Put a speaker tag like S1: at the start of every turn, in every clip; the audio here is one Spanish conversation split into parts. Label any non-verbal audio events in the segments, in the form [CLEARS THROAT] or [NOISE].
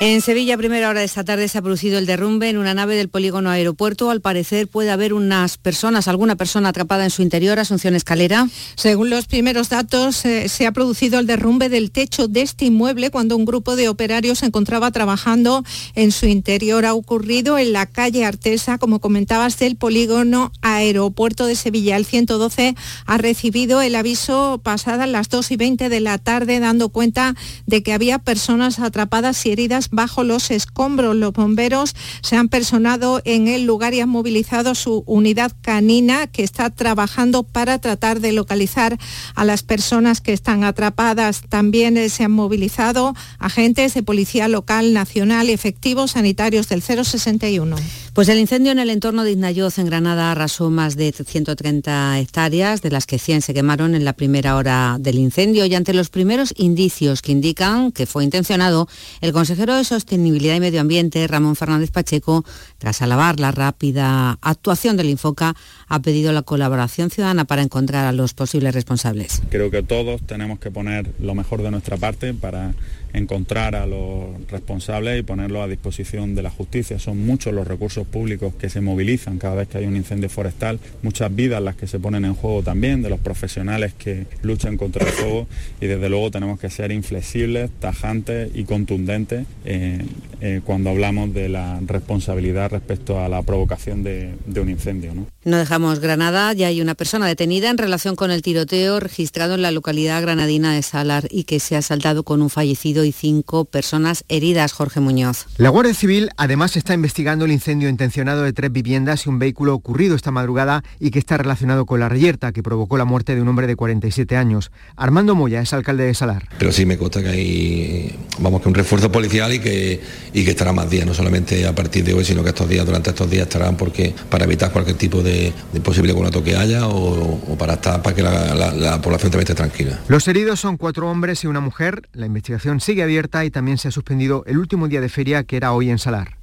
S1: En Sevilla, a primera hora de esta tarde, se ha producido el derrumbe en una nave del polígono aeropuerto. Al parecer puede haber unas personas, alguna persona atrapada en su interior, Asunción Escalera.
S2: Según los primeros datos, eh, se ha producido el derrumbe del techo de este inmueble cuando un grupo de operarios se encontraba trabajando en su interior. Ha ocurrido en la calle Artesa, como comentabas, del polígono aeropuerto de Sevilla. El 112 ha recibido el aviso pasadas las 2 y 20 de la tarde, dando cuenta de que había personas atrapadas y heridas bajo los escombros. Los bomberos se han personado en el lugar y han movilizado su unidad canina que está trabajando para tratar de localizar a las personas que están atrapadas. También eh, se han movilizado agentes de policía local, nacional y efectivos sanitarios del 061.
S1: Pues el incendio en el entorno de Iznayoz, en Granada, arrasó más de 130 hectáreas, de las que 100 se quemaron en la primera hora del incendio. Y ante los primeros indicios que indican que fue intencionado, el consejero de Sostenibilidad y Medio Ambiente, Ramón Fernández Pacheco, tras alabar la rápida actuación del Infoca, ha pedido la colaboración ciudadana para encontrar a los posibles responsables.
S3: Creo que todos tenemos que poner lo mejor de nuestra parte para encontrar a los responsables y ponerlos a disposición de la justicia. Son muchos los recursos públicos que se movilizan cada vez que hay un incendio forestal, muchas vidas las que se ponen en juego también, de los profesionales que luchan contra el fuego y desde luego tenemos que ser inflexibles, tajantes y contundentes eh, eh, cuando hablamos de la responsabilidad respecto a la provocación de, de un incendio. ¿no?
S1: no dejamos Granada, ya hay una persona detenida en relación con el tiroteo registrado en la localidad granadina de Salar y que se ha saltado con un fallecido y cinco personas heridas, Jorge Muñoz.
S4: La Guardia Civil además está investigando el incendio intencionado de tres viviendas y un vehículo ocurrido esta madrugada y que está relacionado con la reyerta que provocó la muerte de un hombre de 47 años. Armando Moya es alcalde de Salar.
S5: Pero sí me consta que hay, vamos, que un refuerzo policial y que, y que estará más días, no solamente a partir de hoy, sino que estos días, durante estos días estarán porque para evitar cualquier tipo de, de posible conato que haya o, o, para estar para que la, la, la población también esté tranquila.
S4: Los heridos son cuatro hombres y una mujer. La investigación sigue abierta y también se ha suspendido el último día de feria que era hoy en Salar.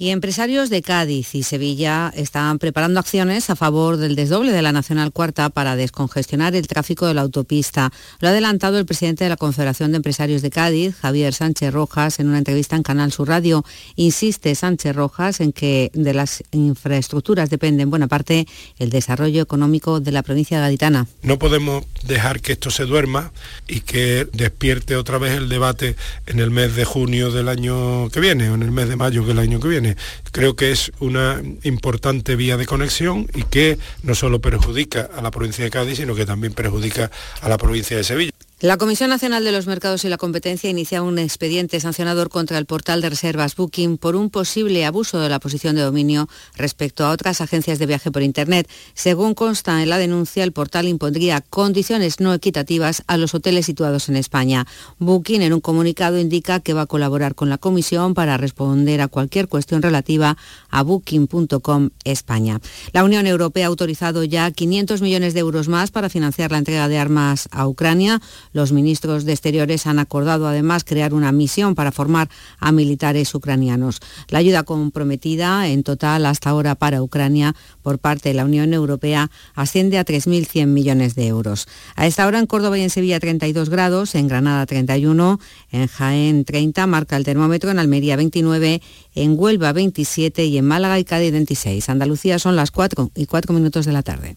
S1: Y empresarios de Cádiz y Sevilla están preparando acciones a favor del desdoble de la Nacional Cuarta para descongestionar el tráfico de la autopista. Lo ha adelantado el presidente de la Confederación de Empresarios de Cádiz, Javier Sánchez Rojas, en una entrevista en Canal Sur Radio. Insiste Sánchez Rojas en que de las infraestructuras depende en buena parte el desarrollo económico de la provincia gaditana.
S6: No podemos dejar que esto se duerma y que despierte otra vez el debate en el mes de junio del año que viene o en el mes de mayo del año que viene. Creo que es una importante vía de conexión y que no solo perjudica a la provincia de Cádiz, sino que también perjudica a la provincia de Sevilla.
S1: La Comisión Nacional de los Mercados y la Competencia inicia un expediente sancionador contra el portal de reservas Booking por un posible abuso de la posición de dominio respecto a otras agencias de viaje por Internet. Según consta en la denuncia, el portal impondría condiciones no equitativas a los hoteles situados en España. Booking en un comunicado indica que va a colaborar con la Comisión para responder a cualquier cuestión relativa a booking.com España. La Unión Europea ha autorizado ya 500 millones de euros más para financiar la entrega de armas a Ucrania. Los ministros de Exteriores han acordado además crear una misión para formar a militares ucranianos. La ayuda comprometida en total hasta ahora para Ucrania por parte de la Unión Europea asciende a 3.100 millones de euros. A esta hora en Córdoba y en Sevilla 32 grados, en Granada 31, en Jaén 30 marca el termómetro, en Almería 29, en Huelva 27 y en Málaga y Cádiz 26. Andalucía son las 4 y 4 minutos de la tarde.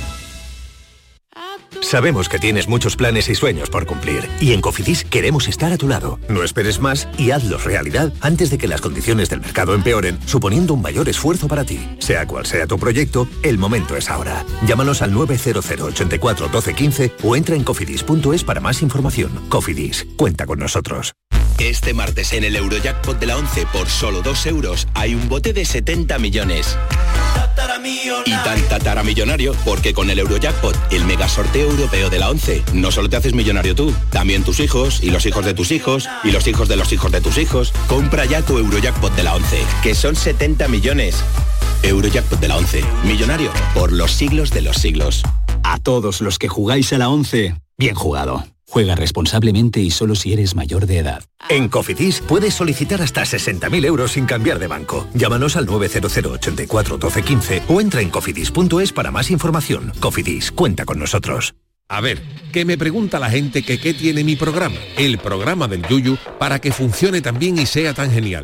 S7: Sabemos que tienes muchos planes y sueños por cumplir y en Cofidis queremos estar a tu lado. No esperes más y hazlos realidad antes de que las condiciones del mercado empeoren, suponiendo un mayor esfuerzo para ti. Sea cual sea tu proyecto, el momento es ahora. Llámanos al 900 84 12 15 o entra en cofidis.es para más información. Cofidis, cuenta con nosotros.
S8: Este martes en el Eurojackpot de la 11 por solo 2 euros hay un bote de 70 millones. Y tan tataramillonario porque con el Eurojackpot, el mega sorteo europeo de la 11, no solo te haces millonario tú, también tus hijos y los hijos de tus hijos y los hijos de los hijos de tus hijos. Compra ya tu Eurojackpot de la 11, que son 70 millones. Eurojackpot de la 11, millonario por los siglos de los siglos.
S9: A todos los que jugáis a la 11, bien jugado. Juega responsablemente y solo si eres mayor de edad.
S8: En Cofidis puedes solicitar hasta 60.000 euros sin cambiar de banco. Llámanos al 900 84 12 15 o entra en cofidis.es para más información. Cofidis, cuenta con nosotros.
S10: A ver, que me pregunta la gente que qué tiene mi programa, el programa del Yuyu, para que funcione tan bien y sea tan genial.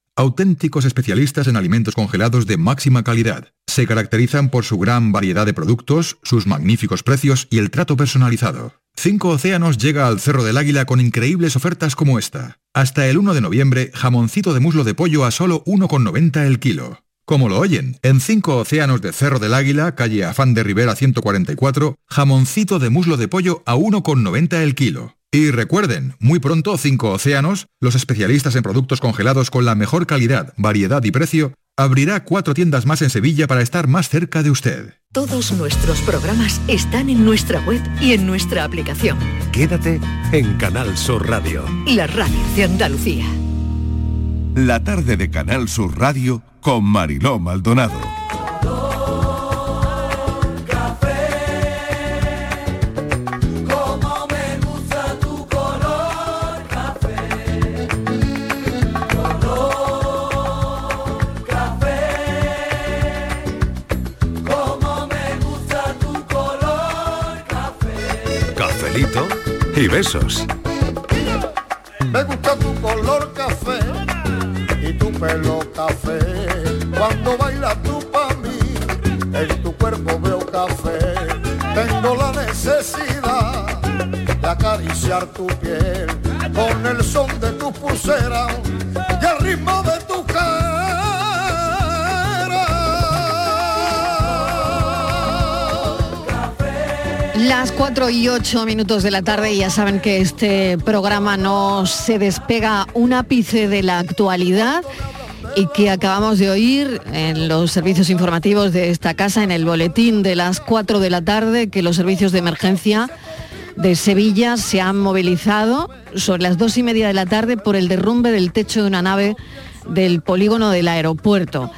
S11: Auténticos especialistas en alimentos congelados de máxima calidad. Se caracterizan por su gran variedad de productos, sus magníficos precios y el trato personalizado. Cinco Océanos llega al Cerro del Águila con increíbles ofertas como esta. Hasta el 1 de noviembre, jamoncito de muslo de pollo a solo 1,90 el kilo. Como lo oyen, en Cinco Océanos de Cerro del Águila, calle Afán de Rivera 144, jamoncito de muslo de pollo a 1,90 el kilo. Y recuerden, muy pronto Cinco Océanos, los especialistas en productos congelados con la mejor calidad, variedad y precio, abrirá cuatro tiendas más en Sevilla para estar más cerca de usted.
S12: Todos nuestros programas están en nuestra web y en nuestra aplicación.
S8: Quédate en Canal Sur Radio.
S12: La radio de Andalucía.
S13: La tarde de Canal Sur Radio con Mariló Maldonado.
S14: Como me gusta tu color café, color café. Como me gusta tu color café.
S8: Cafelito y besos.
S15: Me gusta tu color café y tu pelo café. Cuando bailas tú para mí, en tu cuerpo veo café. Tengo la necesidad de acariciar tu piel con el son de tu pulsera y el ritmo de tu
S16: Las 4 y 8 minutos de la tarde y ya saben que este programa no se despega un ápice de la actualidad y que acabamos de oír en los servicios informativos de esta casa, en el boletín de las 4 de la tarde, que los servicios de emergencia de Sevilla se han movilizado sobre las 2 y media de la tarde por el derrumbe del techo de una nave del polígono del aeropuerto.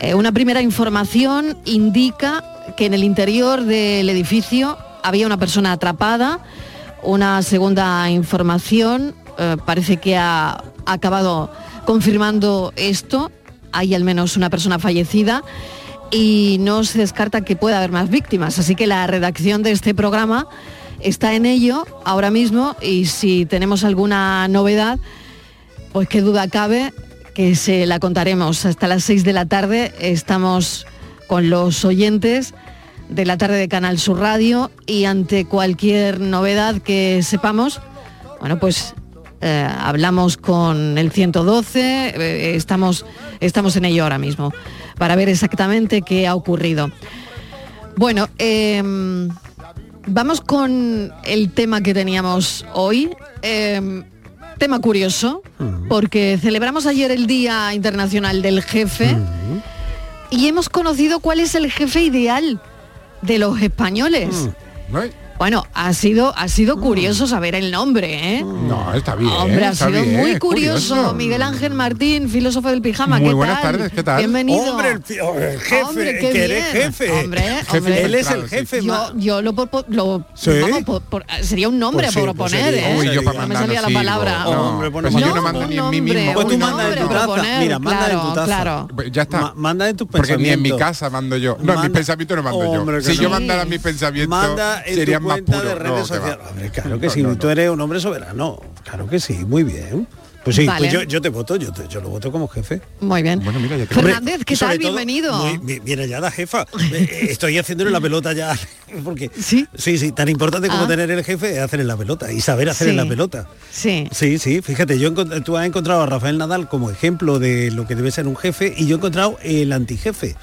S16: Eh, una primera información indica que en el interior del edificio había una persona atrapada. Una segunda información eh, parece que ha acabado confirmando esto. Hay al menos una persona fallecida y no se descarta que pueda haber más víctimas. Así que la redacción de este programa está en ello ahora mismo y si tenemos alguna novedad, pues qué duda cabe que se la contaremos. Hasta las 6 de la tarde estamos con los oyentes de la tarde de Canal Sur Radio y ante cualquier novedad que sepamos, bueno, pues eh, hablamos con el 112, eh, estamos, estamos en ello ahora mismo para ver exactamente qué ha ocurrido. Bueno, eh, vamos con el tema que teníamos hoy. eh, tema curioso,
S17: Hmm.
S16: porque celebramos ayer el Día Internacional del Jefe y hemos conocido cuál es el jefe ideal de los españoles. Bueno, ha sido, ha sido curioso saber el nombre, ¿eh?
S17: No, está bien.
S16: Hombre, ha
S17: está
S16: sido
S17: bien,
S16: muy
S17: es
S16: curioso. Miguel Ángel Martín, filósofo del pijama.
S17: Muy
S16: ¿qué
S17: buenas
S16: tal?
S17: tardes, ¿qué tal?
S16: Bienvenido.
S17: Hombre, el
S9: pi- oh, el jefe,
S16: Hombre, qué
S9: que eres
S16: bien. Ah,
S9: jefe.
S16: Hombre,
S9: Jefe
S16: hombre.
S9: Él es el jefe
S16: Yo,
S9: más.
S16: yo lo, por- por- lo-
S9: ¿Sí?
S16: vamos, por- por- sería un nombre
S9: Pues sí,
S16: por
S9: pues
S16: poner,
S9: sería,
S16: ¿eh?
S9: Uy, yo para
S16: no me
S9: mandar
S16: salía
S9: no
S16: la
S9: sirvo.
S16: palabra.
S9: No, hombre, bueno,
S16: Pues
S9: yo
S16: no
S9: no
S16: mando ni en mí
S9: mismo.
S16: Pues
S9: Pues tú manda en tu taza. Mira, manda en tu taza.
S16: Claro.
S17: Ya está.
S9: manda en tus
S17: Porque ni en mi
S9: pensamientos.
S17: casa mando yo. No, en mis
S9: Manda-
S17: pensamientos no mando
S9: Hombre,
S17: yo.
S9: que
S17: Si yo
S9: no.
S17: mandara mis pensamientos,
S9: Manda en
S17: serían
S9: tu
S17: más
S9: cuenta
S17: puros.
S9: de redes
S17: No, que va.
S9: sociales. Hombre, claro que sí, tú eres un hombre soberano. Claro que sí, muy bien. Pues sí,
S16: Vale.
S9: pues yo, yo te voto, yo, te- yo lo voto como jefe.
S16: Muy bien.
S17: Bueno, mira, ya
S16: te- Fernández, ¿qué tal? Bienvenido.
S9: Viene ya la jefa. Eh, eh, Estoy haciéndole la pelota ya. [LAUGHS] Porque, ¿Sí? sí, tan importante como
S16: Ah.
S9: tener el jefe es hacerle la pelota y saber hacerle
S16: Sí.
S9: la pelota.
S16: Sí.
S9: Sí, sí, fíjate, yo encont- tú has encontrado a Rafael Nadal como ejemplo de lo que debe ser un jefe y yo he encontrado el antijefe.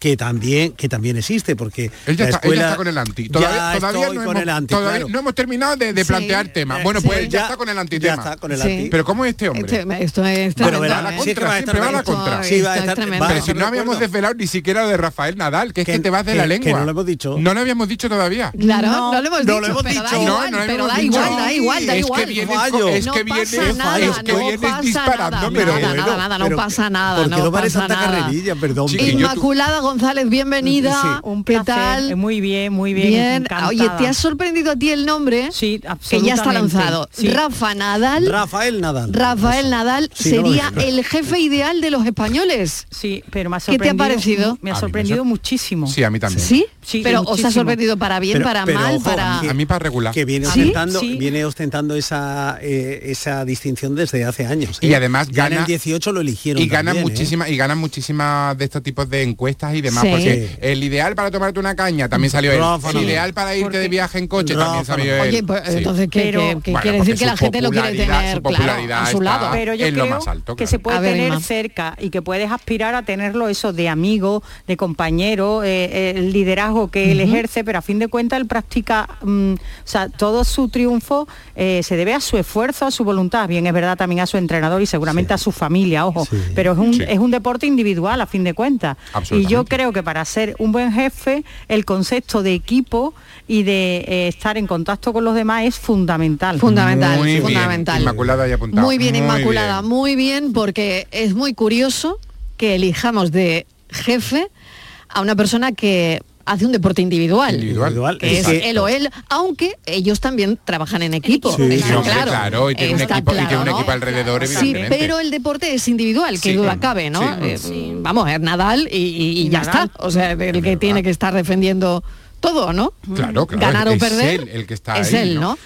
S9: Que también, que también existe, porque
S17: Él ya
S9: la
S17: está, él
S9: escuela-
S17: ya está con el anti.
S9: Ya
S17: Todavía, todavía
S9: estoy
S17: no,
S9: con
S17: hemos,
S9: el anti,
S17: todavía
S9: claro.
S17: no hemos terminado de, de
S9: Sí.
S17: plantear el tema.
S9: Eh,
S17: Bueno,
S9: sí.
S17: pues él ya,
S9: Ya-
S17: está con el
S9: ya
S17: antitema.
S9: está con el
S16: Sí. anti.
S17: Pero ¿cómo es este hombre?
S16: Este- esto es
S17: Bueno,
S16: tremendo,
S17: verá la
S16: ¿eh?
S17: contra, siempre va a la contra.
S16: Esto- esto es tremendo.
S17: Pero si no habíamos desvelado ni siquiera lo de Rafael Nadal, que es que, te vas de la lengua.
S9: no lo hemos dicho.
S17: No lo habíamos dicho todavía.
S16: Claro, no, lo hemos dicho, pero da
S17: No,
S16: igual,
S17: no lo
S16: pero
S17: hemos
S16: da
S17: dicho.
S16: igual, da igual, da
S17: Es
S16: igual.
S17: que vienes,
S9: Fallo.
S17: es
S16: No
S17: que vienes,
S16: pasa nada,
S17: es que
S16: no
S17: vienes
S16: pasa nada,
S17: disparando, pero
S16: nada,
S17: bueno.
S16: nada, nada, no
S9: pero-
S17: [LAUGHS]
S16: pasa nada,
S9: ¿Por qué
S16: Ah, no
S9: no parece
S16: pasa
S9: tanta
S16: nada.
S9: carrerilla? Perdón.
S16: Inmaculada González, bienvenida.
S9: Sí.
S18: Un
S16: ¿Qué
S18: placer. eh,
S16: tal?
S18: Muy bien, muy bien. encantada.
S16: Oye, ¿te ha sorprendido a ti el nombre?
S18: Sí,
S16: Que ya está lanzado.
S18: Sí.
S16: Rafa Nadal.
S9: Rafael Nadal.
S16: Rafael Nadal
S18: Sí, no lo
S16: sería
S18: dije.
S16: el jefe ideal de los españoles.
S18: Sí, pero me ha
S16: ¿Qué te ha
S18: sorprendido.
S16: parecido?
S18: Me ha sorprendido muchísimo.
S17: Sí, a mí también.
S16: ¿Sí?
S18: Sí,
S16: pero os ha
S18: muchísimo.
S16: sorprendido para bien,
S9: Pero-
S16: para
S9: pero
S16: mal,
S9: ojo,
S16: para...
S9: que-
S17: A mí para regular.
S9: Que viene
S16: ¿Sí?
S9: ostentando,
S16: Sí.
S9: viene ostentando esa, eh, esa distinción desde hace años. ¿eh?
S17: Y además
S9: Ya en el
S17: gana-
S9: 18 lo eligieron.
S17: Y gana
S9: también, ¿eh?
S17: muchísimas y gana muchísimas de estos tipos de encuestas y demás,
S9: Sí.
S17: porque el ideal para tomarte una caña también salió él.
S9: Rafa
S17: el
S9: Nadal.
S17: ideal para irte de viaje en coche también
S9: Rafa
S17: salió él.
S16: Oye, pues,
S17: Sí.
S16: entonces, ¿qué,
S18: Pero-
S16: qué- qué
S17: Bueno,
S16: quiere
S17: porque
S16: decir? Que
S17: su
S16: la gente lo quiere
S17: popularidad-
S16: tener,
S17: su
S16: claro,
S17: popularidad
S16: a su
S17: está
S16: lado.
S18: Pero yo
S17: en
S18: creo
S17: lo más alto,
S18: que
S17: claro.
S18: se puede
S16: A ver,
S18: tener
S16: Inma.
S18: cerca y que puedes aspirar a tenerlo eso de amigo, de compañero, eh, el liderazgo que él
S16: Ujú.
S18: ejerce, pero a fin de cuentas él practica, mm, o sea, todo su triunfo eh, se debe a su esfuerzo, a su voluntad, bien es verdad también a su entrenador y seguramente a su familia, ojo, pero es un, es un deporte individual a fin de cuentas. Y yo
S17: Absolutamente.
S18: creo que para ser un buen jefe, el concepto de equipo y de eh, estar en contacto con los demás es fundamental.
S16: Fundamental,
S17: Muy bien,
S16: fundamental.
S17: Inmaculada y apuntado.
S16: Muy bien, Inmaculada, muy bien, porque es muy curioso que elijamos de jefe a una persona que hace un deporte individual.
S17: Individual,
S16: Que es
S17: exacto.
S16: él o él, aunque ellos también trabajan en equipo.
S17: Sí,
S16: está
S17: sí, hombre,
S16: claro.
S17: claro, y tiene un
S16: Está
S17: equipo- y tiene
S16: claro,
S17: un
S16: ¿no?
S17: equipo alrededor,
S16: Sí,
S17: evidentemente.
S16: pero el deporte es individual, que
S17: Sí,
S16: duda cabe, ¿no?
S17: sí.
S16: Eh, Vamos, es Nadal y, y- y ya está. O sea, el que tiene que estar defendiendo todo, ¿no?
S17: Claro, claro,
S16: Ganar o
S17: es
S16: perder.
S17: él el que está
S16: es
S17: ahí,
S16: él,
S17: ¿no?
S16: ¿no?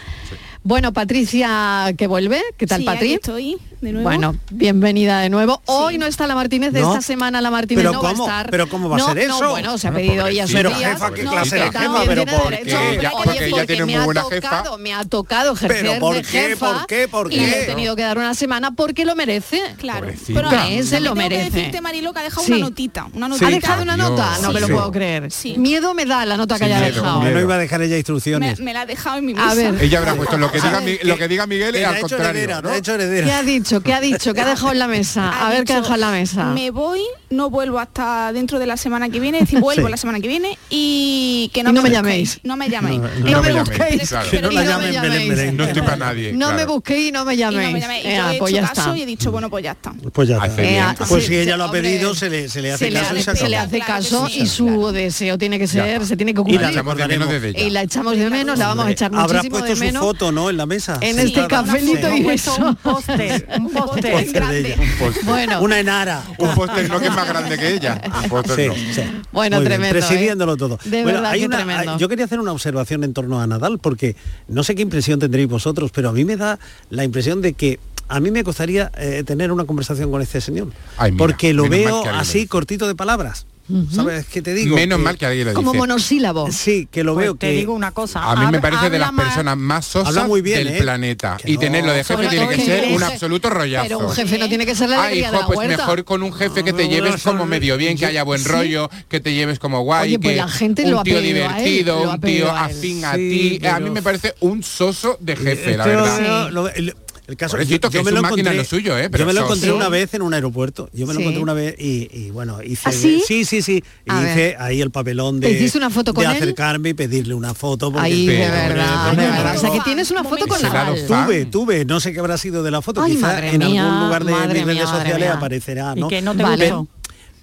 S16: Bueno, Patricia que vuelve. ¿Qué tal,
S19: Sí, aquí
S16: Patricia?
S19: estoy de nuevo.
S16: Bueno, bienvenida de nuevo. Hoy no está la Martínez, de
S19: No.
S16: esta semana la Martínez
S9: ¿Pero
S16: no
S9: cómo?
S16: va a estar.
S9: ¿Pero cómo va a
S16: No,
S9: ser
S16: no,
S9: eso?
S16: bueno, se ha
S9: Bueno,
S16: pedido ella su
S9: Pero
S16: día.
S9: jefa, ¿qué
S16: No,
S9: clase de
S16: pero
S9: jefa?
S16: también
S9: Pero
S16: tiene
S9: ¿por
S16: derecho,
S9: qué?
S16: hombre.
S9: Ya,
S16: Oye,
S17: porque ella
S16: porque
S17: tiene
S16: me
S17: muy
S16: ha
S17: buena
S16: tocado,
S17: jefa.
S16: Me ha tocado ejercer
S17: Pero ¿por
S16: de
S17: qué,
S16: jefa
S17: por qué, por
S16: y
S17: qué?
S16: le he tenido que dar una semana porque lo merece. Claro,
S19: Pero
S16: pero se
S19: también
S16: lo
S19: tengo que
S16: merece.
S19: decirte, Marilo, Este que ha dejado
S16: eh, Sí.
S19: una notita. Una
S16: ¿Ha
S19: notita.
S16: dejado una nota? No
S19: Sí.
S16: me lo
S9: Sí.
S16: puedo creer. Miedo me da la nota que haya
S9: Miedo,
S16: dejado.
S9: miedo. No iba a dejar ella
S19: Me,
S9: instrucciones.
S19: me la ha dejado en mi mesa.
S16: A ver.
S17: Ella habrá puesto lo que diga, Mi- lo que diga Miguel
S9: Te
S17: es
S9: ha
S17: al
S9: hecho
S17: contrario.
S9: heredera,
S17: ¿no?
S9: te ha hecho heredera.
S16: ¿Qué ha dicho? ¿Qué ha dicho? ¿Qué ha dejado en la mesa? A ver qué ha
S19: dicho,
S16: dejado en la mesa.
S19: Me voy, no vuelvo hasta dentro de la semana que viene, es decir, vuelvo
S16: Sí.
S19: la semana que viene y que no,
S16: Y no me
S19: busquéis,
S16: llaméis.
S19: No me llaméis.
S17: No, no me llaméis, claro.
S19: Pero-
S16: Y no me llaméis.
S17: No estoy para nadie.
S16: No me
S17: claro.
S16: busquéis y no me
S19: Y no
S16: llaméis.
S19: me llaméis. Y
S16: Ea,
S19: yo he hecho
S16: pues ya
S19: caso
S16: está.
S19: y he dicho, bueno, pues ya está.
S9: Pues ya está.
S17: Hace
S16: bien.
S9: Pues
S16: Sí,
S9: si ella sí, lo ha
S19: hombre.
S9: pedido, se le, se le hace
S16: se le,
S9: caso y se
S16: hace, se le
S9: acabó.
S16: hace caso y su deseo tiene que
S9: Ya
S16: ser,
S9: está.
S16: se tiene que
S9: Y
S16: cumplir.
S9: la echamos de menos desde ya.
S16: Y la echamos de menos, la vamos a echar
S9: Habrás
S16: muchísimo
S9: puesto
S16: de
S9: su
S16: menos.
S9: foto, ¿no? En la mesa.
S16: en este cafelito y
S18: puesto
S16: eso.
S18: un póster,
S9: [LAUGHS]
S18: un póster.
S9: póster de ella.
S16: Bueno.
S9: Una enara.
S17: Un póster no que es más grande que ella. Un póster
S9: Sí,
S17: no.
S9: sí.
S16: Bueno,
S9: Muy bien,
S16: tremendo, ¿eh?
S9: presidiéndolo todo.
S16: De verdad que
S9: una-
S16: tremendo.
S9: yo quería hacer una observación en torno a Nadal, porque no sé qué impresión tendréis vosotros, pero a mí me da la impresión de que a mí me costaría eh, tener una conversación con este señor.
S17: Ay, mira,
S9: porque lo
S17: menos mal
S9: veo
S17: que alguien lo
S9: así
S17: dice.
S9: cortito de palabras.
S16: Ujú.
S9: ¿Sabes qué te digo?
S17: Menos mal que alguien lo
S16: Como
S17: dice.
S16: monosílabo.
S9: Sí, que lo
S18: Pues
S9: veo
S18: te
S9: que...
S18: digo una cosa.
S17: A mí me
S18: hab-
S17: parece de
S18: habla
S17: las
S18: más-
S17: personas más
S9: Habla
S17: sosas
S9: muy bien,
S17: del
S9: ¿eh?
S17: planeta.
S9: Que
S17: Y
S9: no.
S17: tenerlo de
S16: Sobre
S17: jefe tiene
S16: todo
S17: que
S16: que
S17: ser
S16: un
S17: un
S16: jefe-
S17: absoluto rollazo.
S16: Pero un jefe no tiene que ser la
S17: Ay,
S16: alegría de
S17: hijo,
S16: la
S17: pues
S16: huerta.
S17: mejor con un jefe que te lleves como medio bien, que haya buen rollo, que te lleves como guay,
S16: Oye, pues
S17: que
S16: la gente
S17: un
S16: lo ha
S17: tío
S16: pedido a él,
S17: divertido,
S16: lo ha
S17: un
S16: pedido
S17: tío
S16: a él.
S17: afín a
S9: Sí,
S17: ti. Eh, A
S9: pero-
S17: mí me parece un soso de jefe, la
S9: Este lo
S17: verdad.
S9: veo- lo- el- El caso
S17: Pobrecito, que es su máquina lo suyo, ¿eh? Pero
S9: yo me lo
S17: eso-
S9: encontré
S17: sí.
S9: una vez en un aeropuerto. Yo me lo
S16: Sí.
S9: encontré una vez y, y, bueno, hice
S16: ¿Ah, sí?
S9: sí, sí, sí. Y
S16: A
S9: hice
S16: ver.
S9: ahí el papelón de
S16: ¿Te hiciste una foto con
S9: de
S16: él?
S9: acercarme y pedirle una foto porque Sí,
S16: Ahí, de
S9: hombre,
S16: verdad,
S9: hombre,
S16: de verdad. O sea, que tienes una foto con Nadal.
S9: Tuve, tuve, no sé qué habrá sido de la foto,
S16: Ay,
S9: quizá
S16: madre
S9: en
S16: mía,
S9: algún lugar de
S16: madre
S9: mis
S16: mía,
S9: redes
S16: madre
S9: sociales
S16: mía.
S9: aparecerá,
S16: Y
S9: ¿no?
S16: que no te Vale. gustó.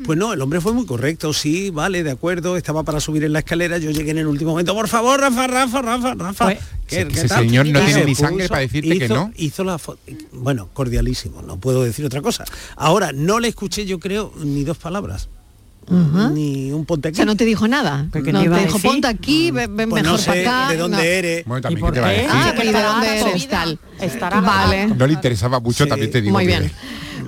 S9: Pues no, el hombre fue muy correcto, sí, vale, de acuerdo, estaba para subir en la escalera, yo llegué en el último momento, por favor, Rafa, Rafa, Rafa, Rafa.
S17: Pues, ese- ese señor no
S9: Y
S17: tiene
S9: se
S17: ni sangre para decirte que
S9: hizo-
S17: no.
S9: Hizo la foto, bueno, cordialísimo, no puedo decir otra cosa. Ahora, no le escuché, yo creo, ni dos palabras,
S16: Ujú.
S9: ni un ponte
S16: O
S9: aquí.
S16: sea, no te dijo nada.
S9: Porque
S16: no
S9: te iba
S16: te
S9: a
S16: dijo,
S9: decir.
S16: ponte aquí, ven, ven
S9: Pues no
S16: mejor
S9: sé
S16: para acá.
S9: de dónde
S16: no.
S9: eres.
S17: Bueno, también que te va a decir.
S16: Ah, ¿y de
S17: Estará
S16: dónde
S17: harto,
S16: eres? Tal.
S17: Estará
S16: vale.
S17: No le interesaba mucho, también te digo.
S16: Muy
S17: que-
S16: bien.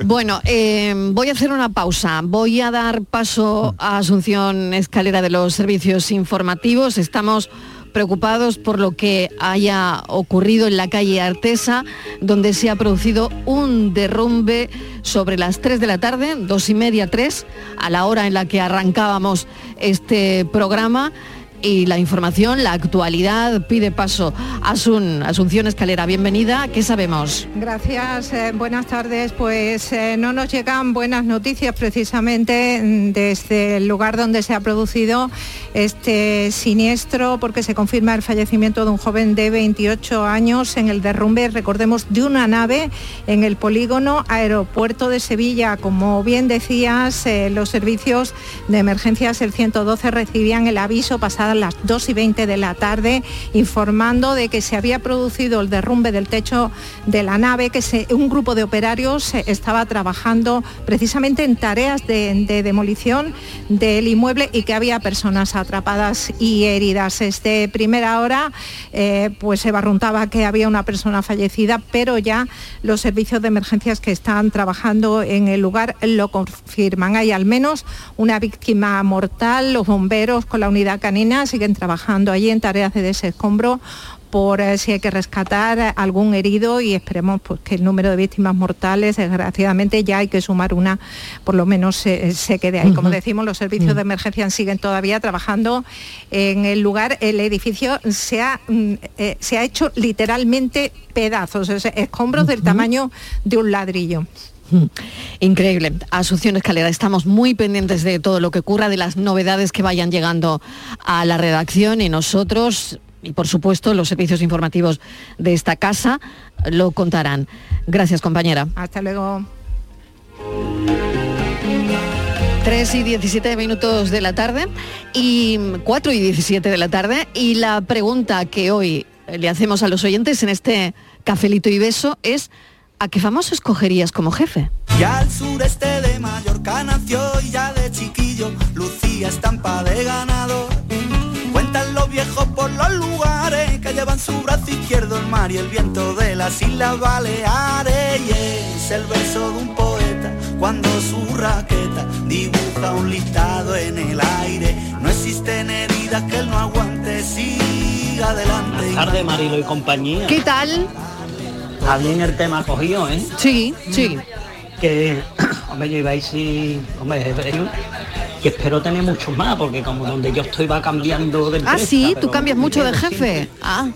S16: Bueno, eh, voy a hacer una pausa. Voy a dar paso a Asunción Escalera de los Servicios Informativos. Estamos preocupados por lo que haya ocurrido en la calle Artesa, donde se ha producido un derrumbe sobre las 3 de la tarde, dos y media, 3, a la hora en la que arrancábamos este programa. Y la información, la actualidad, pide paso. Asun, Asunción Escalera, bienvenida. ¿Qué sabemos?
S2: Gracias, eh, buenas tardes. Pues eh, no nos llegan buenas noticias precisamente mm, desde el lugar donde se ha producido este siniestro porque se confirma el fallecimiento de un joven de 28 años en el derrumbe, recordemos, de una nave en el polígono Aeropuerto de Sevilla. Como bien decías, eh, los servicios de emergencias, el 112, recibían el aviso pasadas las 2 y 20 de la tarde informando de que se había producido el derrumbe del techo de la nave, que se- un grupo de operarios eh, estaba trabajando precisamente en tareas de, de demolición del inmueble y que había personas atrapadas y heridas. Desde primera hora eh, pues se barruntaba que había una persona fallecida, pero ya los servicios de emergencias que están trabajando en el lugar lo confirman. Hay al menos una víctima mortal, los bomberos con la unidad canina siguen trabajando allí en tareas de desescombro por eh, si hay que rescatar eh, algún herido y esperemos pues, que el número de víctimas mortales, desgraciadamente ya hay que sumar una, por lo menos eh, se quede ahí. Como
S20: Ujú.
S2: decimos, los servicios de emergencia siguen todavía trabajando en el lugar. El edificio se ha, mm, eh, se ha hecho literalmente pedazos, o sea, escombros del tamaño de un ladrillo.
S16: Increíble. Asunción Escalera, estamos muy pendientes de todo lo que ocurra, de las novedades que vayan llegando a la redacción y nosotros, y por supuesto los servicios informativos de esta casa, lo contarán. Gracias, compañera.
S2: Hasta luego.
S16: 3 y 17 minutos de la tarde y 4 y 17 de la tarde y la pregunta que hoy le hacemos a los oyentes en este cafelito y beso es ¿a qué famoso escogerías como jefe?
S21: Ya al sureste de Mallorca nació y ya de chiquillo lucía estampa de ganador. Cuentan los viejos por los lugares que llevan su brazo izquierdo el mar y el viento de las Islas Baleares. Y es el verso de un poeta cuando su raqueta dibuja un listado en el aire. No existen heridas que él no aguante, siga adelante.
S22: tarde Marilo y compañía.
S16: ¿Qué tal?
S22: Está bien el tema cogido, ¿eh?
S16: Sí, sí.
S22: Que, [CLEARS THROAT] hombre, yo iba a decir, hombre, jefe, yo- que espero tener muchos más, porque como donde yo estoy va cambiando de
S16: Ah,
S22: empresa,
S16: sí, tú
S22: pero
S16: cambias
S22: me
S16: mucho de
S22: quedo
S16: jefe.
S22: siempre.
S16: Ah,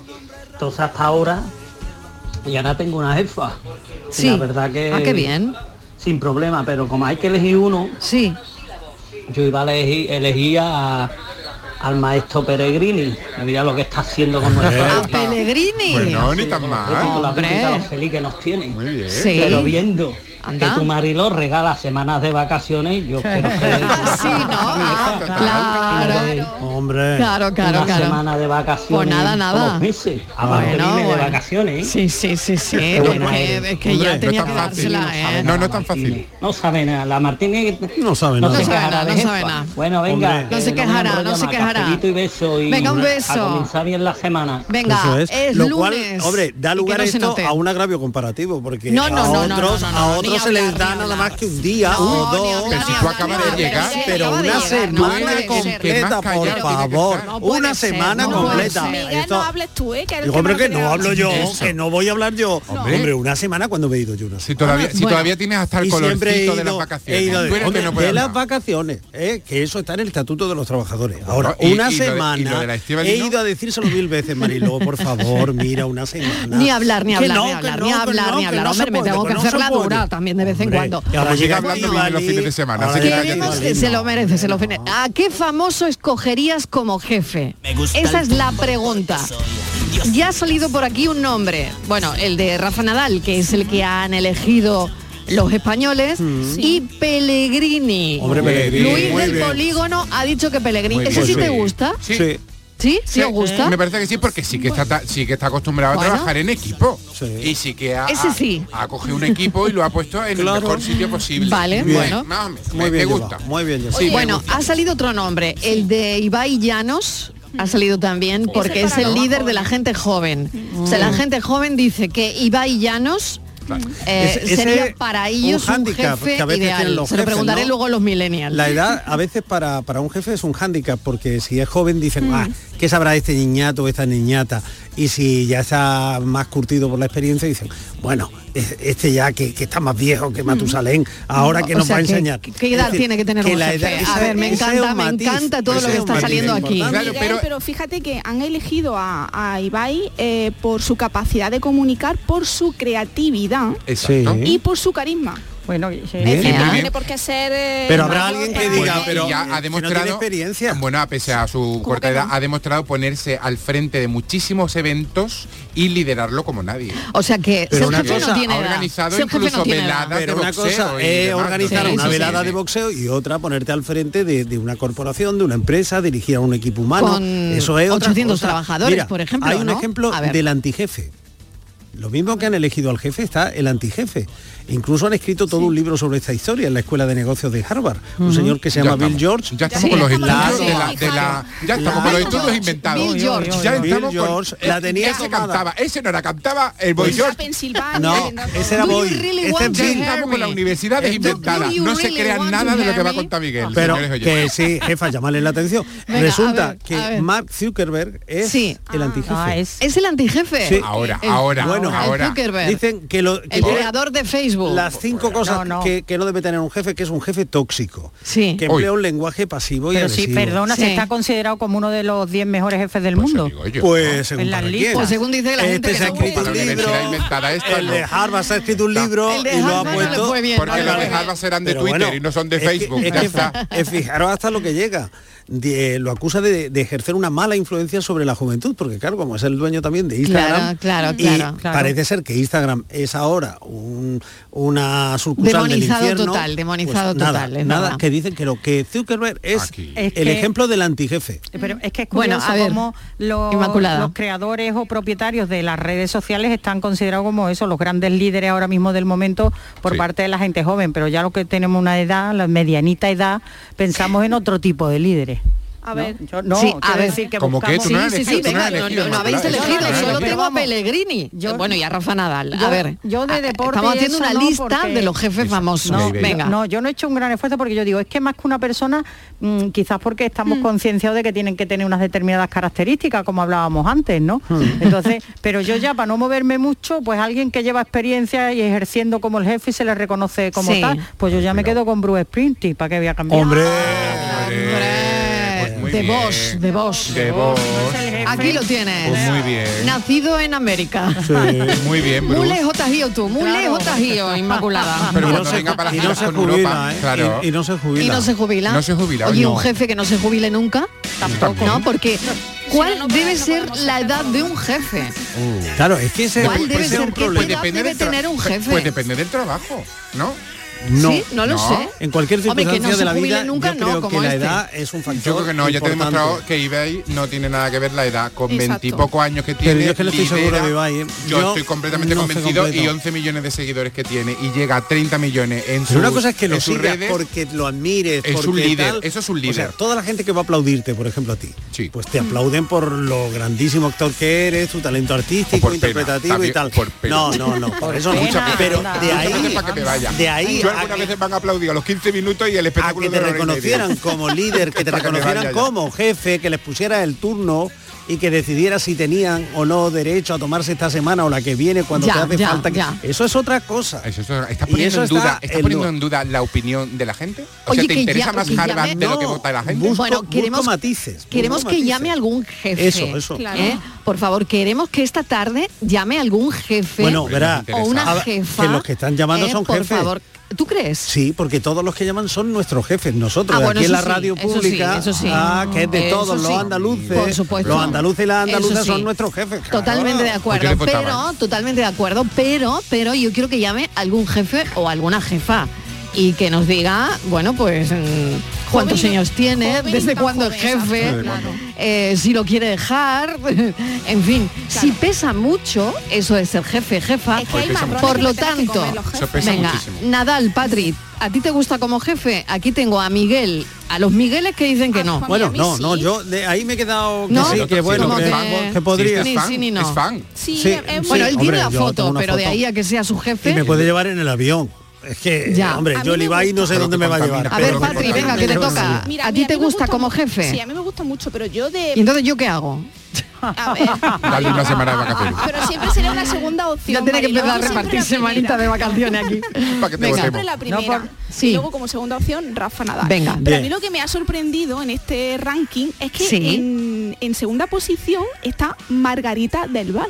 S22: Entonces hasta ahora, y ahora tengo una jefa. Y
S16: Sí.
S22: La verdad que...
S16: Ah, qué bien.
S22: Sin problema, pero como hay que elegir uno...
S16: Sí.
S22: Yo iba a elegir, elegir a- al maestro Peregrini. Mira lo que está haciendo con nuestra
S16: a
S22: jefa.
S16: Pellegrini.
S17: Pues
S22: Como la
S16: Hombre.
S22: vida, lo feliz que nos tienen.
S16: Sí.
S22: Pero viendo
S16: Anda.
S22: que tu marido regala semanas de vacaciones, yo espero que...
S9: [LAUGHS]
S16: Sí, ¿no? Ah, claro.
S22: Hombre.
S16: Claro, claro,
S22: Una
S16: claro.
S22: semana de vacaciones.
S16: Pues nada, nada.
S22: o dos meses. A
S16: Bueno,
S22: Bartolomé de
S16: bueno.
S22: vacaciones.
S16: Sí, sí, sí, sí.
S22: Qué
S16: porque
S22: buena eres.
S16: es que ya Hombre, tenía no es tan que fácil. dársela, ¿eh?
S22: No, no es tan fácil. No sabe nada. La Martínez
S9: no sabe
S22: No
S9: nada.
S22: se
S9: No sabe
S22: quejará
S16: nada,
S22: de
S16: no
S22: jefa.
S16: sabe nada.
S22: Bueno, venga.
S16: Hombre. No se
S22: que me
S16: quejará,
S22: enrollo
S16: no se
S22: más.
S16: quejará.
S22: Cafelito y beso y
S16: Venga, un
S22: A
S16: beso.
S22: comenzar bien la semana.
S16: Venga,
S9: Eso es.
S16: es
S9: Lo
S16: lunes.
S9: cual, hombre,
S16: y
S9: da
S16: que
S9: lugar
S16: no se
S9: esto
S16: note.
S9: a un agravio comparativo, porque
S16: No, no,
S9: a
S16: no, no,
S9: otros,
S16: no, no,
S9: a
S16: no,
S9: otros no se les da nada más que un día o dos.
S17: Pero si tú acabas de llegar,
S9: Pero una semana completa, por favor. Una semana completa.
S19: Miguel,
S9: Esto-
S19: no hables tú, ¿eh? Que eres
S9: Digo, hombre,
S19: el me
S9: que
S19: lo
S9: no
S19: crea.
S9: hablo yo,
S17: Eso.
S9: que no voy a hablar yo.
S17: Hombre.
S9: Hombre, una semana cuando me he ido yo una Si
S17: todavía- si todavía tienes hasta el colorcito de las vacaciones.
S9: He ido de,
S17: Duérmete,
S9: hombre,
S17: no puedes
S9: de las
S17: hablar.
S9: vacaciones, eh, que eso está en el Estatuto de los Trabajadores. Ahora,
S17: y-
S9: una
S17: y lo de- y
S9: semana.
S17: lo de la Estíbaliz,
S9: he
S17: ¿no?
S9: ido a decírselo mil veces, Marilo, por favor, mira, una semana.
S16: Ni hablar, ni
S9: Que
S16: hablar,
S9: no,
S16: ni
S9: que
S16: hablar,
S9: no,
S16: ni
S9: que
S16: hablar,
S9: no,
S16: ni
S9: que
S16: hablar.
S9: no se
S16: Hombre, me
S9: puede,
S16: tengo
S9: que
S16: que
S9: no
S16: hacer
S9: se
S16: la
S9: puede.
S16: dura también de vez en cuando.
S17: y ahora llega hablando mal los fines de semana. así que
S16: Queremos
S17: cállate.
S16: que se lo merece, se lo merece. ¿A qué famoso escogerías como jefe?
S17: gusta
S16: Esa
S17: el
S16: es la pregunta. Ya ha salido por aquí un nombre, bueno, el de Rafa Nadal, que es el que han elegido los españoles, y Pellegrini.
S17: Hombre, Pellegrini,
S16: Luis
S17: muy
S16: del
S17: bien.
S16: Polígono ha dicho que Pellegrini.
S17: Muy
S16: ¿Ese
S17: bien.
S16: sí te
S17: Sí.
S16: gusta?
S17: Sí.
S16: ¿Sí? ¿Sí os gusta?
S17: Me parece que sí, porque sí que está, ta- sí que está acostumbrado
S16: Bueno.
S17: a trabajar en equipo. Y sí que ha,
S16: Ese sí.
S17: ha cogido un equipo y lo ha puesto en el mejor sitio posible.
S16: Vale,
S17: Bien,
S16: bueno.
S17: más o menos.
S9: Muy
S17: me,
S9: bien
S17: me
S9: llevado,
S17: gusta.
S9: Muy bien
S17: Sí, me
S16: bueno,
S17: gusta.
S16: ha salido otro nombre, el de Ibai Llanos. Ha salido también porque es el líder de la gente joven. O sea, la
S9: Mm.
S16: gente joven dice que Ibai Llanos eh,
S9: Ese- ese
S16: sería
S9: es
S16: para
S9: un
S16: ellos un,
S9: hándicap
S16: jefe
S9: que a veces
S16: ideal.
S9: tienen los
S16: Se lo
S9: jefes,
S16: preguntaré
S9: ¿no?
S16: luego a los millennials.
S9: La edad a veces para, para un jefe es un hándicap, porque si es joven dicen,
S16: Mm.
S9: ah, ¿qué sabrá este niñato o esta niñata? Y si ya está más curtido por la experiencia, dicen, bueno, es- este ya que, que está más viejo que Matusalén, ahora que
S16: Mm. O
S9: nos
S16: sea,
S9: va a
S16: ¿qué-
S9: enseñar.
S16: ¿Qué, edad
S9: Es decir,
S16: tiene que tener un
S9: la
S16: jefe?
S9: edad-
S16: a
S9: ese-
S16: ver, me
S9: ese es un
S16: encanta, me
S9: matiz,
S16: encanta todo
S9: ese
S16: lo que
S9: es un
S16: está
S9: matiz
S16: saliendo aquí.
S9: importante.
S19: Miguel, pero... fíjate que han elegido a, a Ibai eh, por su capacidad de comunicar, por su creatividad
S9: Exacto.
S19: y por su carisma.
S18: Bueno,
S17: Bien, muy
S19: no
S17: bien.
S19: tiene por qué ser... eh,
S17: Pero habrá
S19: mayor
S17: alguien
S9: que
S17: Bueno,
S9: diga,
S17: y
S9: pero si
S17: ya ha
S9: no
S17: demostrado
S9: tiene experiencia.
S17: Bueno, a pesar a su corta edad, ha demostrado ponerse al frente de muchísimos eventos y liderarlo como nadie.
S16: O sea que
S17: Pero
S16: ser
S17: una
S16: jefe
S17: cosa,
S16: no tiene
S17: ha
S16: edad.
S17: organizado
S16: Ser jefe
S17: incluso
S16: no tiene edad.
S17: veladas de
S9: Pero una
S17: boxeo
S9: cosa
S17: y
S9: es
S17: demás,
S9: Eh, organizar
S17: sí,
S9: una
S17: sí,
S9: velada
S17: sí.
S9: de boxeo y otra ponerte al frente de, de una corporación, de una empresa, dirigir a un equipo humano.
S16: Con
S9: Eso es otra
S16: 800
S9: cosa.
S16: trabajadores,
S9: Mira,
S16: por ejemplo,
S9: Hay un
S16: ¿no?
S9: ejemplo
S16: A ver.
S9: del antijefe. Lo mismo que han elegido al jefe está el antijefe. Incluso han escrito todo un libro sobre esta historia en la Escuela de Negocios de Harvard. Un
S17: Ujú.
S9: señor que se
S17: Ya
S9: llama
S17: estamos.
S9: Bill George.
S17: Ya estamos con los estudios de la- de la- ya estamos con los estudios inventados.
S9: Bill George.
S17: Ya
S9: Bill
S17: estamos con-
S9: George la tenía
S17: ese
S9: tomada.
S17: cantaba, ese no era cantaba, el Boy
S9: Pues-
S17: George.
S19: Pensilvania.
S17: No,
S9: ese era
S17: Do you
S9: Boy.
S17: really
S9: Este
S17: want
S9: es
S17: to
S9: Bill.
S17: hear Estamos con la me? universidad
S9: Esto-
S17: desinventada. Do you No se really crea want nada to de lo que hear va a me? Ah. contar Miguel,
S9: Ah. Pero
S17: señores oyentes.
S9: que sí, jefa, llamarle la atención.
S17: Venga,
S9: Resulta
S17: a ver,
S9: que
S17: a ver.
S9: Mark Zuckerberg es
S16: Sí.
S9: el antijefe.
S16: Ah, es... el antijefe.
S9: Sí.
S16: El-
S9: Bueno,
S16: el Zuckerberg.
S9: Dicen que lo que
S16: el creador de Facebook.
S9: las cinco cosas Que, que no debe tener un jefe, que es un jefe tóxico.
S16: Sí.
S9: Que emplea un lenguaje pasivo y
S18: Pero sí,
S9: agresivo.
S18: perdona, si está considerado como uno de los 10 mejores jefes del mundo.
S9: Pues según
S18: en las
S9: para quién.
S18: listas. Pues según
S16: dice la
S9: este
S16: gente que
S9: se ha
S16: no
S9: escrito
S17: para
S9: un
S17: la
S9: libro,
S17: universidad inventada esta,
S9: el
S17: no.
S9: de Harvard se ha escrito un libro
S17: El de
S9: y lo ha
S17: Harvard no le
S9: puesto
S17: fue bien, Porque no le las fue de bien. Harvard serán de
S9: Pero
S17: Twitter y no son de
S9: es que-
S17: Facebook,
S9: es
S17: ya
S9: que
S17: está.
S9: fi- eh, fijaros hasta lo que llega. De- lo acusa de, de ejercer una mala influencia sobre la juventud, porque claro, como es el dueño también de Instagram,
S16: Claro, claro,
S9: y
S16: claro, claro.
S9: parece ser que Instagram es ahora un- una sucursal
S16: Demonizado
S9: del infierno. pues
S16: total, demonizado
S9: nada,
S16: total, es
S9: Nada,
S16: verdad.
S9: que dicen que lo que Zuckerberg es
S18: Es
S9: el
S18: que-
S9: ejemplo del antijefe.
S18: Eh, Pero es que es
S16: Mm. Bueno,
S18: curioso
S16: a ver,
S18: cómo los,
S16: Inmaculada.
S18: los creadores o propietarios de las redes sociales están considerados como eso, los grandes líderes ahora mismo del momento por parte de la gente joven, pero ya lo que tenemos una edad, la medianita edad, pensamos en otro tipo de líderes.
S19: A ver,
S18: Yo no,
S16: Sí, a
S18: quiero
S16: ver.
S18: decir que
S17: Como que
S18: buscamos...
S17: tú no has Sí, sí, elegido, sí, tú no has
S16: Venga, no, no, no habéis elegido, solo tengo a Pellegrini. Eh, bueno, y a Rafa Nadal. A
S18: Yo-
S16: ver, Ah,
S18: yo de deporte
S16: estamos haciendo
S18: Ah, eso
S16: una
S18: no,
S16: lista
S18: porque-
S16: de los jefes famosos.
S18: No,
S16: Venga.
S18: no, yo no he hecho un gran esfuerzo porque yo digo, es que más que una persona, mm, quizás porque estamos concienciados de que tienen que tener unas determinadas características, como hablábamos antes, ¿no? Entonces, pero yo ya para no moverme mucho, pues alguien que lleva experiencia y ejerciendo como el jefe y se le reconoce como
S16: Sí.
S18: tal, pues yo ya me quedo con Bruce Springsteen, ¿para qué voy a cambiar?
S17: Pues
S16: de vos, de vos.
S17: De vos.
S16: Aquí lo tienes.
S17: Pues muy bien.
S16: Nacido en América. [LAUGHS]
S17: Muy bien,
S16: Muy
S17: Bruce.
S16: lejos te has ido tú, muy lejos te has ido, [LAUGHS] Inmaculada.
S17: Pero cuando
S9: se-
S17: venga para
S9: y no
S17: giras
S9: se
S17: con
S9: jubila,
S17: Europa,
S9: ¿eh?
S17: claro.
S9: Y- y no se jubila.
S16: Y no se jubila.
S17: No se jubila,
S16: Oye,
S17: no.
S16: un jefe que no se jubile nunca. Tampoco. No, porque ¿cuál debe ser la edad de un jefe?
S9: Claro, es que ese
S16: ¿Cuál debe
S17: Pues
S16: ser?
S17: un
S16: ¿Qué
S17: problema.
S16: edad debe
S17: Pues del tra-
S16: tener un jefe?
S17: Pues depende del trabajo, ¿no?
S9: No,
S16: ¿Sí? No lo sé.
S9: En cualquier
S16: Hombre, que no
S9: circunstancia
S16: se
S9: de la
S16: jubile
S9: vida,
S16: nunca,
S9: yo
S16: no,
S9: creo
S16: como
S9: que
S16: este.
S9: la edad es un factor.
S17: Yo
S9: creo
S17: que
S9: no,
S17: ya te he demostrado que que eBay no tiene nada que ver la edad con Exacto. 20 y poco años que tiene,
S9: Pero yo es que no estoy seguro
S17: lidera.
S9: de Ibai. ¿eh?
S17: Yo, estoy completamente
S9: no estoy
S17: convencido y
S9: completo.
S17: 11 millones de seguidores que tiene y llega a 30 millones en sus,
S9: Pero una cosa es que lo
S17: en sus
S9: sigas
S17: redes.
S9: porque lo admires.
S17: Es
S9: porque
S17: un líder,
S9: tal.
S17: eso es un
S9: O
S17: líder.
S9: sea, toda la gente que va a aplaudirte, por ejemplo, a ti, pues te aplauden por lo grandísimo actor que eres, tu talento artístico, interpretativo
S17: también
S9: y tal.
S17: por pena. [LAUGHS]
S9: No, no, no, por eso no.
S17: Mucha pena,
S9: Pero
S17: anda.
S9: de
S17: Muchas veces
S9: ahí,
S17: para que me vaya.
S9: de ahí
S17: Yo
S9: a
S17: algunas
S9: que-
S17: veces van a aplaudir a los 15 minutos y el espectáculo
S9: que te
S17: de la hora y media. [LAUGHS]
S9: reconocieran como líder, que te
S17: Para me
S9: reconocieran
S17: vaya ya.
S9: como jefe, que les pusiera el turno y que decidiera si tenían o no derecho a tomarse esta semana o la que viene cuando
S16: Ya,
S9: te hace
S16: ya,
S9: falta.
S16: ya.
S9: Eso es otra cosa.
S17: Eso, está- ¿Estás poniendo, en, duda, ¿estás poniendo en duda la opinión de la gente? O sea,
S16: Oye,
S17: ¿te
S16: que ya-
S17: interesa más
S16: que ya
S17: Harvard
S16: me-
S17: de lo que
S16: No,
S17: vota la gente?
S16: bueno, queremos, queremos que llame algún jefe.
S9: Eso, eso.
S16: ¿eh?
S9: Claro.
S16: Por favor, queremos que esta tarde llame algún jefe
S9: Bueno, verá,
S16: o
S9: a
S16: una
S9: ver,
S16: jefa.
S9: que los que están llamando
S16: ¿eh?
S9: son
S16: por
S9: jefes.
S16: favor, ¿tú crees?
S9: Sí, porque todos los que llaman son nuestros jefes, nosotros,
S16: Ah,
S9: de
S16: bueno,
S9: aquí en la
S16: eso sí,
S9: radio
S16: eso sí,
S9: pública,
S16: eso sí.
S9: ah, que es de
S16: Eso
S9: todos,
S16: sí.
S9: los andaluces,
S16: Por supuesto.
S9: los andaluces y las
S16: Eso
S9: andaluzas
S16: sí.
S9: son nuestros jefes. claro.
S16: Totalmente de
S9: ¿Por
S16: acuerdo,
S9: qué le
S16: pero
S9: votaban?
S16: totalmente de acuerdo, pero pero yo quiero que llame algún jefe o alguna jefa y que nos diga, bueno, pues mm, cuántos años tiene, desde cuándo es jefe,
S9: Desde cuándo.
S16: eh, si lo quiere dejar, [LAUGHS] en fin, si pesa mucho, eso es ser jefe, jefa.
S17: que hay Pues pesa marrones mucho.
S16: Por
S17: que
S16: lo
S17: te tienes que
S16: tanto,
S17: comer los jefes. Eso pesa
S16: venga,
S17: muchísimo.
S16: Nadal, Patri, ¿a ti te gusta como jefe? Aquí tengo a Miguel, a los Migueles que
S17: Ah,
S16: dicen que no.
S9: Bueno, no, no, yo de ahí me he quedado que
S16: ¿No?
S9: sí, que bueno,
S16: Como
S9: que,
S16: que-
S9: que podría.
S16: Ni sí ni no.
S9: Sí, eh,
S16: bueno, él
S9: hombre,
S16: tiene la
S9: yo
S16: foto,
S9: tengo una
S16: pero de
S9: foto.
S16: ahí a que sea su jefe.
S9: Y me puede llevar en el avión. Es que,
S16: Ya.
S9: hombre,
S16: A mí
S9: yo el
S16: me
S9: Ibai no sé dónde me va a llevar.
S16: A ver, Patri, venga, que te toca.
S19: Mira,
S16: ¿A ti te gusta como jefe?
S19: Sí, a mí me gusta mucho, pero yo de...
S16: ¿Y entonces yo qué hago?
S19: A ver,
S17: Dale una semana de vacaciones.
S19: pero siempre sería una segunda
S16: [LAUGHS]
S19: opción.
S16: Ya tiene que
S19: Mariló,
S16: empezar a
S19: siempre
S16: repartir
S19: la primera.
S16: semanitas de vacaciones aquí.
S17: Para que te
S19: Venga.
S17: votemos.
S19: Siempre la primera.
S16: No, por- sí.
S19: Y luego como segunda opción, Rafa Nadal.
S16: Venga.
S19: Pero
S16: Bien.
S19: a mí lo que me ha sorprendido en este ranking es que
S16: Sí.
S19: en, en segunda posición está Margarita del Val.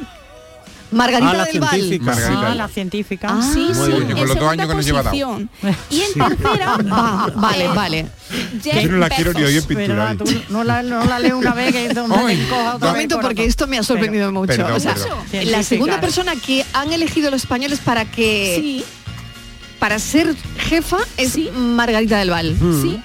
S16: Margarita
S19: Ah, la
S16: del Val.
S17: científica. Margarita.
S19: Ah, la
S18: científica.
S19: sí,
S17: Muy
S19: sí.
S17: bien. Con
S19: en
S17: los dos
S19: segunda
S17: años que nos lleva dado. [LAUGHS]
S19: posición. Y en
S17: Sí.
S19: tercera...
S16: Va, vale, vale.
S19: Jeff
S17: Yo no la quiero ni
S19: Bezos.
S17: hoy en pintura.
S18: ¿Verdad? Tú no la, no la lees una vez que es donde
S17: Ay,
S18: te encoja otra vez
S16: Momento,
S18: por-
S16: porque esto me ha sorprendido mucho.
S17: perdón,
S16: O sea,
S17: perdón.
S16: la
S18: Científica.
S16: segunda persona que han elegido los españoles para que para ser jefa es Margarita del Val.
S19: Sí.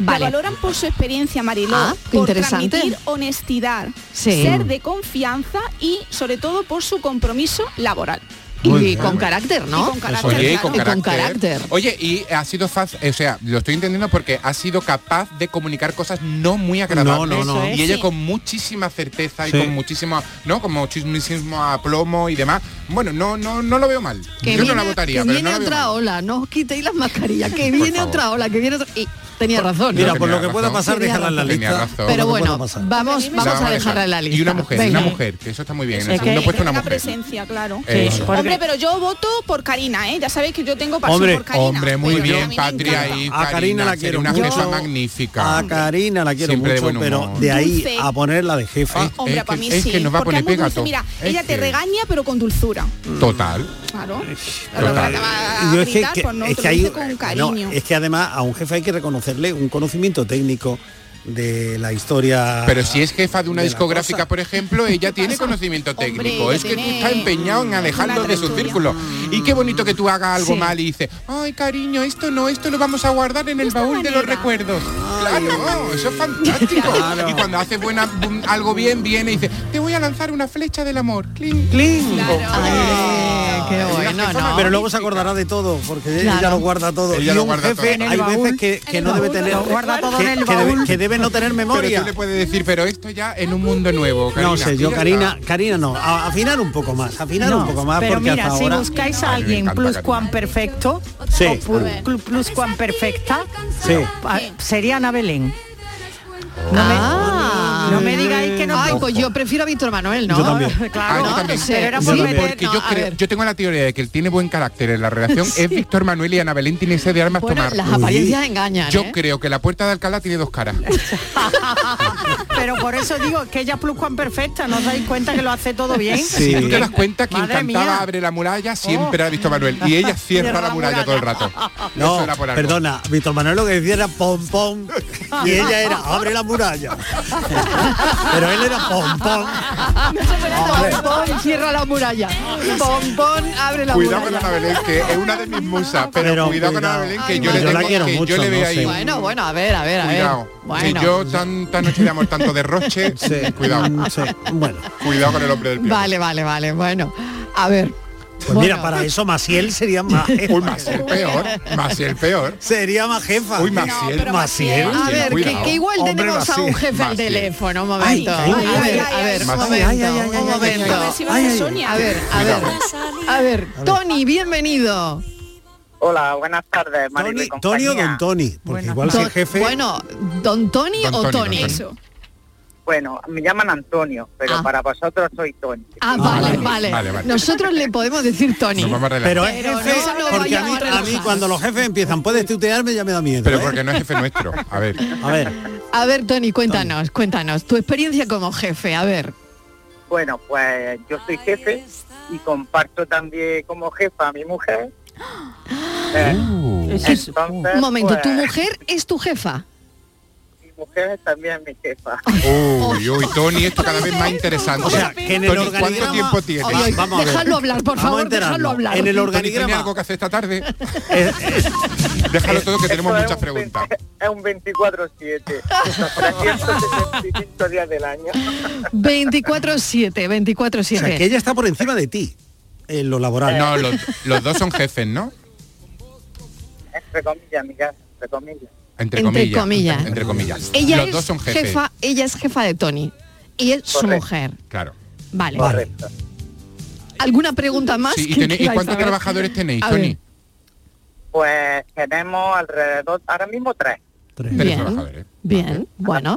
S16: Vale.
S19: Lo valoran por su experiencia, Mariló,
S16: Ah, qué
S19: por
S16: interesante.
S19: transmitir honestidad,
S16: Sí.
S19: ser de confianza y sobre todo por su compromiso laboral.
S16: Y Muy bien. con carácter, ¿no?
S19: Y con carácter,
S17: Oye, y
S19: claro.
S17: con carácter. Oye, y ha sido fácil, o sea, lo estoy entendiendo porque ha sido capaz de comunicar cosas no muy agradables.
S9: No, no, no. Eso es.
S17: Y ella
S9: Sí.
S17: con muchísima certeza
S9: Sí.
S17: y con muchísimo, ¿no? Como muchísimo aplomo y demás. Bueno, no, no, no lo veo mal.
S16: Que
S17: Yo
S16: viene,
S17: no la votaría,
S16: que
S17: pero
S16: viene
S17: no la veo
S16: otra
S17: mal.
S16: ola, no os quitéis las mascarillas, que
S17: Por
S16: viene
S17: favor.
S16: otra ola, que viene otra... Y tenía razón.
S17: Mira,
S9: por lo que pueda
S17: razón.
S9: pasar,
S17: Tenía
S9: déjala en la
S17: razón.
S9: lista.
S17: Tenía razón.
S16: Pero
S17: Por lo que
S16: bueno,
S17: pueda pasar.
S16: vamos,
S17: La
S16: vamos a
S17: dejar.
S16: dejarla en la lista.
S17: Y una mujer,
S16: Venga.
S17: una mujer, que eso está muy bien. En el
S19: Es
S17: segundo
S19: que-
S17: puesto una
S19: Una
S17: mujer.
S19: presencia, claro.
S17: Eso. Sí, porque-
S19: Hombre, pero yo voto por Karina, ¿eh? Ya sabéis que yo tengo pasión por Karina.
S17: hombre, muy
S19: pero a
S17: bien,
S19: mí me
S17: Patria
S19: encanta.
S17: y
S9: A Karina la
S17: sería
S9: quiero
S17: una
S9: mucho.
S17: jefa magnífica.
S9: A Karina la quiero
S17: Siempre de
S9: mucho,
S17: buen
S9: pero
S17: humor.
S9: de ahí
S19: Dulce. Ah,
S9: a ponerla de jefa.
S19: Hombre, para mí sí. porque es muy dulce. Mira, ella te regaña, pero con dulzura.
S17: Total.
S19: Claro.
S9: Total.
S19: a
S9: Yo es que,
S19: gritar,
S9: que-
S19: pues no,
S9: es
S19: te
S9: que
S19: lo
S9: hay- eh,
S19: dice con
S9: no,
S19: cariño.
S9: es que además a un jefe hay que reconocerle un conocimiento técnico de la historia.
S17: Pero si es jefa de una
S9: la
S17: discográfica,
S9: cosa.
S17: por [LAUGHS] ejemplo, ella tiene conocimiento técnico. ella es que tú tiene estás empeñado en una alejarlo de su trayectoria. círculo. Y qué bonito que tú hagas algo Sí. mal y dices, "Oh, Ay, cariño, esto no, esto lo vamos a guardar en el baúl de los recuerdos. [LAUGHS] Claro, eso es fantástico. Y cuando haces buena, bum, algo bien, viene y dice, te voy a lanzar una flecha del amor. Cling, Oh,
S9: cling.
S16: qué
S9: bueno,
S17: no.
S9: Pero luego se acordará de todo, porque
S17: Claro.
S9: ella lo guarda todo.
S17: Ella
S9: y
S17: lo
S9: un
S17: guarda todo.
S9: jefe
S17: En el
S9: hay
S17: baúl,
S9: veces que, que no debe tener.
S17: lo guarda todo
S9: que,
S17: en el
S9: que debe,
S17: baúl.
S9: que debe no tener
S17: Pero
S9: memoria.
S17: tú le puedes decir, pero esto ya en un mundo nuevo, Karina.
S9: No sé, yo
S17: Y ya
S9: Karina,
S17: está.
S9: Karina no, a- afinar un poco más, afinar
S18: No,
S9: un poco más
S18: pero
S9: porque
S18: mira,
S9: hasta
S18: si
S9: ahora
S18: buscáis a alguien
S9: encanta,
S18: plus
S9: Karina.
S18: cuan perfecto
S9: Sí.
S18: o pl- pl- plus cuan perfecta,
S9: Sí.
S18: pa- sería Ana Belén.
S16: Ah.
S18: No me digáis que no.
S16: Ay, pues yo prefiero a Víctor Manuel, ¿no? [LAUGHS]
S17: Yo también.
S18: Claro,
S17: Ah, yo
S16: no,
S17: también.
S16: no sé, era
S17: Yo
S16: por
S17: también.
S16: meter,
S17: porque
S16: no,
S17: yo,
S16: a
S17: [LAUGHS] creo-
S16: ver.
S17: yo tengo la teoría de que él tiene buen carácter en la relación es Víctor Manuel y Ana Belén tiene ese de armas
S16: Bueno,
S17: tomar.
S16: las apariencias engañan,
S17: Yo
S16: ¿eh?
S17: creo que la puerta de Alcalá tiene dos caras.
S18: Pero por eso digo que ella es plus cuan perfecta, ¿no os dais cuenta que lo hace todo bien?
S17: Si tú te das cuenta que
S18: Madre
S17: encantaba
S18: mía.
S17: abre la muralla siempre era Víctor Manuel y ella cierra la muralla todo
S9: [LAUGHS]
S17: el rato.
S9: No,
S17: Eso era por
S16: [LAUGHS]
S17: algo.
S9: perdona, Víctor Manuel lo que decía era pom pom y ella era abre la muralla. [LAUGHS] Pero él era pompón.
S16: [LAUGHS] No se puede hacer pompón, cierra la muralla. Pompón, abre la
S17: Cuidado con
S16: muralla.
S17: Ana Belén, que es una de mis musas, pero, cuidado, con Ana Belén, que yo,
S9: Yo la
S17: le tengo-
S9: quiero
S17: que yo
S9: mucho,
S17: le veo
S9: no
S17: ahí.
S9: sé.
S16: Bueno, bueno, a ver, a ver, a ver.
S17: Cuidado.
S16: Bueno.
S17: Que yo tanta noche de amor, tanto derroche, cuidado.
S9: Bueno.
S17: Cuidado con el hombre del piano.
S16: Vale, vale, vale. Bueno, a ver.
S9: Pues mira, para eso Maciel sería
S16: [LAUGHS]
S9: más Uy, Maciel peor,
S17: Maciel peor.
S9: Sería más jefa. Uy,
S17: Maciel.
S9: Maciel.
S16: A ver, que, que igual tenemos a un jefe al teléfono, un momento.
S9: Ay, ay,
S16: a ver,
S9: ay,
S16: a
S9: ay,
S16: ver, un
S9: ay,
S16: momento,
S9: ay, ay,
S16: un momento.
S19: A ver si va a ser Sonia.
S16: A ver, a ver, a ver, Tony, bienvenido.
S23: Hola, buenas tardes, Maribel y
S9: Tony
S23: compañía.
S9: o Don Tony, porque igual si
S23: Don-
S9: es jefe.
S16: Bueno, Don Tony
S23: Don
S16: o
S23: Tony, don
S16: Tony.
S23: Tony. Eso. Bueno, me llaman Antonio, pero para vosotros soy Tony.
S16: Ah, vale, vale.
S17: vale, vale.
S16: Nosotros le podemos decir Tony.
S9: Pero es
S16: Pero
S9: jefe,
S16: no nos
S9: porque a mí,
S16: vayamos a
S9: a mí
S16: relajar.
S9: cuando los jefes empiezan, puedes tutearme, ya me da miedo. Pero porque
S17: no es jefe nuestro. A ver.
S9: A ver.
S16: A ver, Tony, cuéntanos, cuéntanos tu experiencia como jefe, a ver.
S23: Bueno, pues yo soy jefe y comparto también como jefa a mi mujer. Eh,
S9: Uh.
S23: entonces,
S16: Un momento,
S23: pues,
S16: tu mujer es tu jefa.
S23: Mi mujer también es mi jefa.
S17: Uy, uy, Tony, esto cada vez más interesante.
S9: O sea, que en el
S17: Tony, ¿cuánto
S9: organigrama-
S17: tiempo tienes?
S9: Ay, vamos a ver. Dejadlo hablar, por Vamos a favor, enterarnos. dejadlo hablar. En el
S17: Tony,
S9: organigrama-
S17: ¿tiene algo que hacer
S9: [LAUGHS]
S17: esta tarde? Eh, Déjalo todo que tenemos
S23: Esto es
S17: muchas
S23: un
S17: preguntas.
S23: 20 Es un 24-7.
S16: [LAUGHS]
S23: 365 días del año.
S16: 24-7,
S9: O
S16: 24-7.
S9: sea, que ella está por encima de ti en lo laboral.
S17: No, los, los dos son jefes, ¿no?
S23: Entre comillas, mi casa, entre comillas.
S17: Entre
S16: Entre
S17: comillas.
S16: comillas.
S17: Entre comillas.
S16: Ella
S17: los
S16: es
S17: dos son jefes.
S16: jefa, ella es jefa de Tony y es su mujer.
S17: Claro.
S16: Vale. ¿Alguna pregunta más?
S17: Sí, ¿y
S16: que
S17: tenéis- y
S16: queráis
S17: cuántos
S16: saber?
S17: trabajadores tenéis,
S16: A ver,
S17: Tony?
S23: Pues tenemos alrededor, ahora mismo tres.
S17: Tres
S16: Bien.
S17: trabajadores.
S16: Bien, bueno.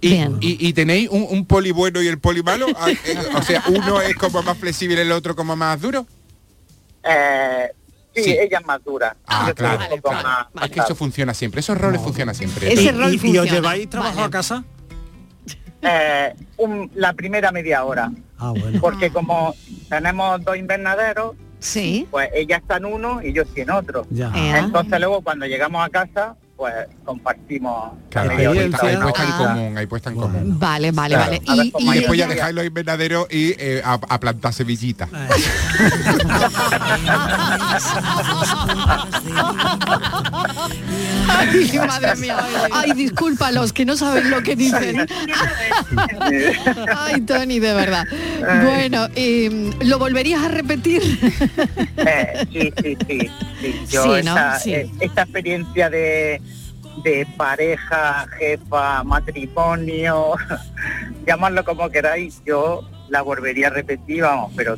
S17: Y, y- y tenéis un, un poli bueno y el poli malo. Ah, eh, O sea, uno es como más flexible, el otro como más duro.
S23: Eh, sí,
S17: Sí.
S23: ella es más dura.
S17: Ah,
S23: Yo soy
S17: claro.
S23: un poco
S17: claro.
S23: más-
S17: Es que eso funciona siempre. Esos roles funcionan siempre.
S9: Ese
S17: Y-
S9: rol
S17: y- y-
S9: funciona. trabajo a casa?
S23: [LAUGHS] Eh, un- la primera media hora.
S9: Ah, bueno.
S23: Porque como tenemos dos invernaderos, pues ella está en uno y yo estoy en otro.
S9: Ya.
S23: Ah. Entonces luego cuando llegamos a casa, pues compartimos.
S17: Claro,
S23: la
S17: ahí,
S23: media
S17: hay
S23: horita, una
S17: puesta en
S23: horita.
S17: común, hay puesta en común.
S16: Vale, vale,
S17: Claro.
S16: vale.
S17: A ver cómo
S23: y
S17: después ya
S23: ella-
S17: dejáis los invernaderos y eh, a, a plantar sevillita.
S16: Ay, madre mía. Ay, disculpa los que no saben lo que dicen. Ay, Tony, de verdad. Bueno, eh, ¿lo volverías a repetir?
S23: Eh, sí, sí, sí. sí. Yo
S16: Sí, ¿no?
S23: esta,
S16: Sí.
S23: eh, esta experiencia de, de pareja, jefa, matrimonio, [LAUGHS] llamadlo como queráis, yo la volvería a repetir, vamos, pero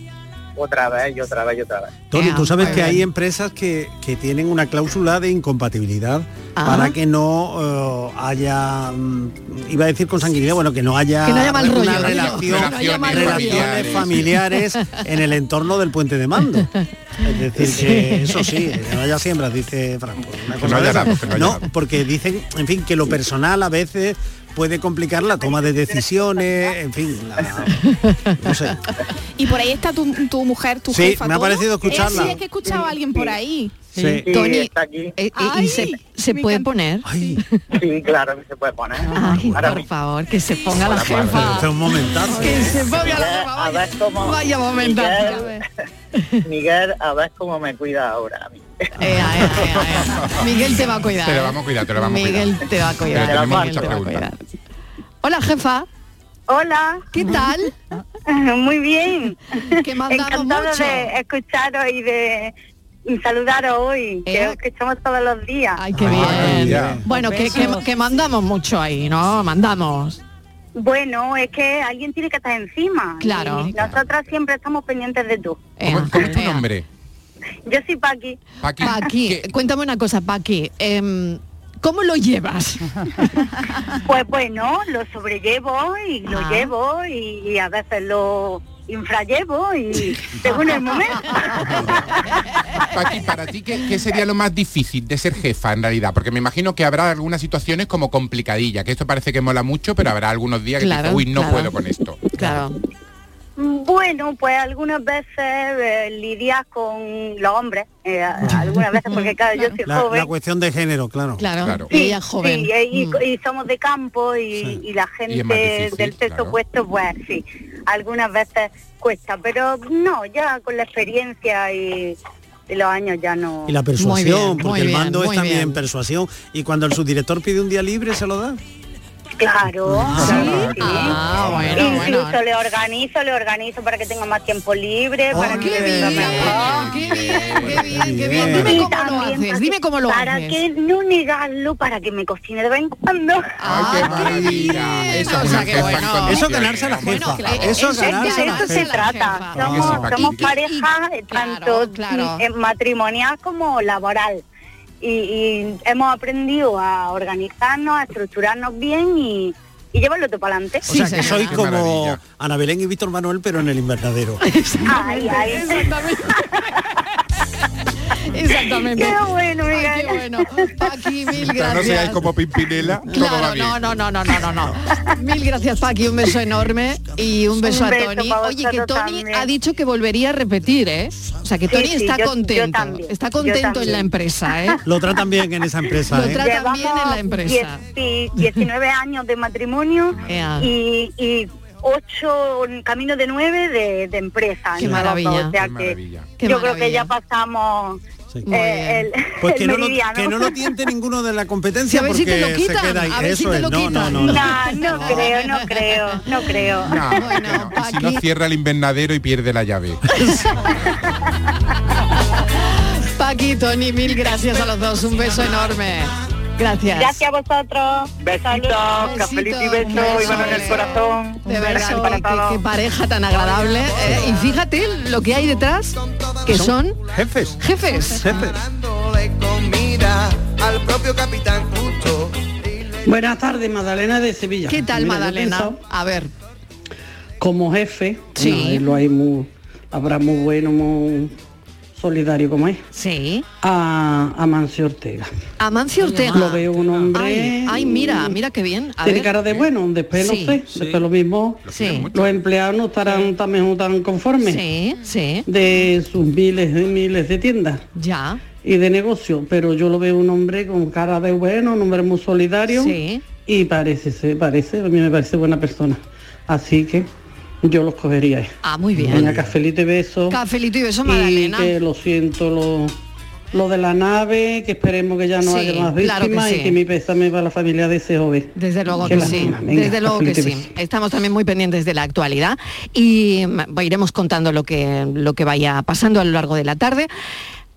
S23: otra vez y otra vez y otra vez.
S9: Tony, tú sabes
S23: muy
S9: que hay
S23: bien.
S9: empresas que, que tienen una cláusula de incompatibilidad
S23: Ajá.
S9: para que no eh, haya, mm, iba a decir consanguinidad, bueno, que no haya,
S16: Que no haya mal
S9: una
S16: rollo, que no-
S9: relación-
S16: que no haya mal rollo.
S9: relaciones familiares en el entorno del puente de mando. Es decir, que
S17: Sí.
S9: eso sí, que no haya siembras, dice Franco. Una
S17: Que
S9: cosa
S17: no haya
S9: de esas.
S17: datos, que no haya
S9: No, porque dicen, en fin, que lo personal a veces puede complicar la toma de decisiones, en fin, la-
S16: [LAUGHS]
S9: no sé.
S19: Y por ahí está tu, tu mujer, tu
S9: Sí,
S19: jefa.
S9: me ha
S19: todo.
S9: parecido escucharla.
S19: Eh, sí, es que he escuchado a alguien por ahí.
S9: Sí. Sí,
S16: Tony,
S23: está
S16: eh, eh, ¿y se, se puede poner?
S23: Sí, claro que se puede poner.
S16: Ay, por favor, que se ponga la
S9: Pero
S16: jefa.
S9: es un momentazo.
S16: Que se ponga la
S23: Miguel,
S16: jefa.
S23: a ver cómo-
S16: Vaya momentazo. ya ves.
S23: [LAUGHS] Miguel, a ver cómo me cuida ahora.
S16: Miguel te va a cuidar. ¿eh?
S17: Te lo vamos a cuidar, te lo vamos a cuidar.
S16: Miguel te va a
S17: Pero
S16: cuidar.
S17: tenemos
S16: Miguel
S17: muchas
S16: te va a
S17: preguntas.
S16: cuidar. Hola, jefa.
S1: Hola.
S16: ¿Qué tal?
S1: Ah, Muy bien.
S16: Que mandamos
S1: Encantada
S16: mucho.
S1: de escucharos y de y saludaros hoy, que os escuchamos todos los días.
S16: Eh. Ay, Ah, qué bien. Bueno, que, que- que mandamos mucho ahí, ¿no? Mandamos.
S1: Bueno, es que alguien tiene que estar encima.
S16: Claro. Eh,
S1: Y nosotras siempre estamos pendientes de tú.
S17: ¿Cómo, cómo es tu nombre?
S1: Yo soy Paqui.
S17: Paqui.
S16: Paqui, cuéntame una cosa, Paqui. em, ¿Cómo lo
S17: [LAUGHS]
S16: llevas?
S1: Pues bueno, lo sobrellevo y lo
S16: Ah.
S1: llevo y, y a veces lo infrallevo y según el momento.
S17: Paqui, para ti, ¿qué, qué sería lo más difícil de ser jefa en realidad? Porque me imagino que habrá algunas situaciones como complicadillas, que esto parece que mola mucho, pero habrá algunos días que
S1: Claro,
S17: dices, uy, no
S1: claro.
S17: puedo con esto.
S16: Claro.
S24: Bueno, pues algunas veces eh, lidias con los hombres, eh, algunas veces porque claro, [LAUGHS] yo soy
S9: La,
S24: joven.
S9: la cuestión de género, claro.
S16: Claro,
S24: Sí, sí, y,
S16: Mm.
S24: y somos de campo y, y la gente
S9: Y es más difícil,
S24: del sexo
S9: claro.
S24: opuesto, pues sí, algunas veces cuesta, pero no, ya con la experiencia y, y los años ya no.
S9: Y la persuasión, porque el mando es
S24: muy
S9: también
S24: bien.
S9: persuasión. Y cuando el subdirector pide un día libre, se lo da.
S24: Claro. claro, Ah, sí.
S9: Ah, bueno,
S24: Incluso le organizo, le organizo para que tenga más tiempo
S9: Ah,
S24: libre, para que le venga mejor.
S16: Qué bien, qué bien.
S24: Y
S16: Dime cómo
S24: también
S16: lo
S24: para
S16: haces, dime cómo lo
S24: Para
S16: haces.
S24: que no negarlo, para que me cocine de vez en cuando.
S9: Eso,
S24: Ah, o sea, que bueno.
S9: eso es ganarse a la
S24: Bueno,
S9: jefa.
S24: claro.
S9: eso es
S24: Es que
S9: ganarse a la
S24: de eso se
S9: jefa.
S24: trata.
S9: Claro que sí,
S24: Somos,
S9: Paquita.
S24: somos pareja eh, tanto
S16: claro.
S24: eh, [LAUGHS] matrimonial como laboral. Y, y hemos aprendido a organizarnos, a estructurarnos bien y, y llevarlo todo para adelante.
S9: O sea, que soy como Ana Belén y Víctor Manuel, pero en el invernadero.
S24: Ay, ay.
S16: Exactamente.
S24: Qué bueno, mira.
S16: Ay, qué bueno. Paqui, mil
S17: Mientras no seáis
S16: gracias.
S17: como Pimpinela, todo va
S16: Claro,
S17: bien.
S16: no, no, no, no, no, no, no. Mil gracias, Paqui, un beso enorme y un beso
S24: Un
S16: a
S24: beso
S16: Tony.
S24: para
S16: Oye, que
S24: vosotros
S16: Tony
S24: también.
S16: ha dicho que volvería a repetir, ¿eh? O sea, que
S24: Sí,
S16: Tony
S24: sí,
S16: está
S24: yo- yo
S16: contento,
S24: también,
S16: está
S24: yo
S16: contento en
S24: también.
S16: la empresa,
S17: [LAUGHS]
S16: ¿eh?
S9: Lo tratan bien en esa empresa,
S16: Lo
S9: ¿eh?
S16: tratan- Tratan bien en la empresa.
S24: Llevamos 10 19 años de matrimonio
S16: Ea.
S24: y, y 8, camino de 9 de, de empresa.
S16: Qué
S24: en Europa,
S16: maravilla.
S24: O sea
S16: Qué
S24: que
S16: maravilla. Qué
S24: yo creo
S16: maravilla.
S24: que ya pasamos eh,
S16: Muy bien.
S24: el,
S9: Pues que
S24: el
S9: no, lo,
S24: meridiano.
S9: que no lo tiente ninguno de la
S16: [LAUGHS] Sí,
S9: competencia
S16: a ver
S9: porque
S16: si te lo
S9: se
S16: quitan,
S9: queda ahí.
S16: a ver
S9: Eso
S16: si te
S9: es,
S16: lo
S9: no,
S16: quitan.
S9: no, no, no.
S16: [LAUGHS]
S24: No, no creo, no creo, no creo.
S17: No, no, si no cierra el invernadero y pierde la llave.
S16: Paqui, Tony, mil gracias a los dos, un beso enorme. Gracias.
S24: Gracias a vosotros. Besitos, cafelito y beso, y mano en el corazón.
S16: De
S24: Un beso
S16: verdad,
S24: para
S16: qué,
S24: todos.
S16: qué pareja tan agradable. ¿eh? Y fíjate lo que hay detrás, que son
S9: jefes.
S16: jefes.
S25: Dándole comida al propio capitán justo.
S20: Buenas tardes, Madalena de Sevilla.
S16: ¿Qué tal,
S20: Mira, yo
S16: Madalena?
S20: pensaba,
S16: A ver,
S20: Como jefe,
S16: Sí.
S20: bueno, ahí lo hay muy, habrá muy bueno, muy solidario como es.
S16: Sí.
S20: A, a Mancio Ortega.
S16: Amancio Ortega.
S20: Lo veo un hombre.
S16: Ay, ay, mira, mira qué bien. A
S20: Tiene
S16: ver.
S20: cara de bueno, después
S16: Sí.
S20: no sé, después lo mismo
S16: Sí.
S20: los empleados no estarán también tan conformes de sus miles y miles de tiendas
S16: ya
S20: y de negocio, pero yo lo veo un hombre con cara de bueno, un hombre muy solidario
S16: Sí.
S20: y parece, se parece, a mí me parece buena persona, así que yo los cogería.
S16: Ah, muy bien.
S20: Venga, cafelito y beso.
S16: Cafelito y beso,
S20: Y
S16: Magdalena.
S20: que lo siento, lo, lo de la nave, que esperemos que ya no
S16: Sí,
S20: haya más víctimas
S16: claro que sí.
S20: y que mi pésame para la familia de ese joven.
S16: Desde luego
S20: Qué
S16: que sí,
S20: lástima. Venga,
S16: desde luego que
S20: cafelito y
S16: sí. Estamos también muy pendientes de la actualidad y mm, iremos contando lo que, lo que vaya pasando a lo largo de la tarde.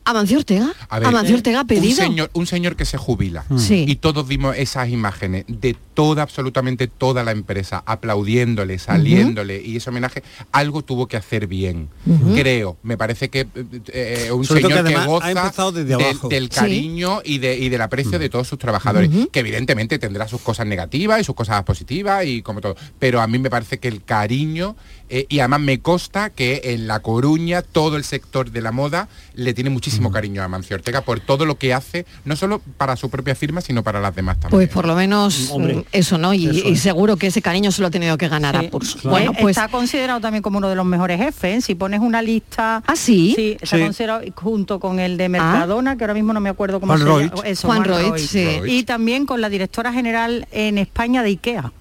S16: Amancio Ortega,
S17: A ver,
S16: Amancio Ortega ha
S17: un
S16: pedido. Mm.
S17: señor, un señor que se jubila.
S16: Sí.
S17: Y todos vimos esas imágenes de toda, absolutamente toda la empresa, aplaudiéndole, saliéndole, y ese homenaje, algo tuvo que hacer bien.
S9: Ujú.
S17: Creo, me parece que eh, eh, un
S9: Sobre todo
S17: señor
S9: que
S17: que,
S9: además ha
S17: goza
S9: empezado desde
S17: del-
S9: abajo.
S17: del
S9: Sí.
S17: cariño y, de, y del aprecio de todos sus trabajadores,
S9: Ujú.
S17: que evidentemente tendrá sus cosas negativas y sus cosas positivas y como todo, pero a mí me parece que el cariño, eh, y además me consta que en La Coruña todo el sector de la moda le tiene muchísimo cariño a Mancio Ortega por todo lo que hace, no solo para su propia firma, sino para las demás también.
S16: Pues por lo menos
S17: Hombre,
S16: mm, eso, ¿no? Y, y seguro que ese cariño se lo ha tenido que ganar a Pursu. Bueno,
S18: Eh,
S16: pues
S18: está considerado también como uno de los mejores jefes. ¿eh? Si pones una lista,
S16: ¿Ah, sí?
S18: está
S16: Sí.
S18: considerado junto con el de Mercadona, que ahora mismo no me acuerdo cómo
S16: Juan
S18: se
S16: Roig.
S18: llama. Eso,
S16: Juan Roig, sí. Roig.
S18: Y también con la directora general en España de Ikea.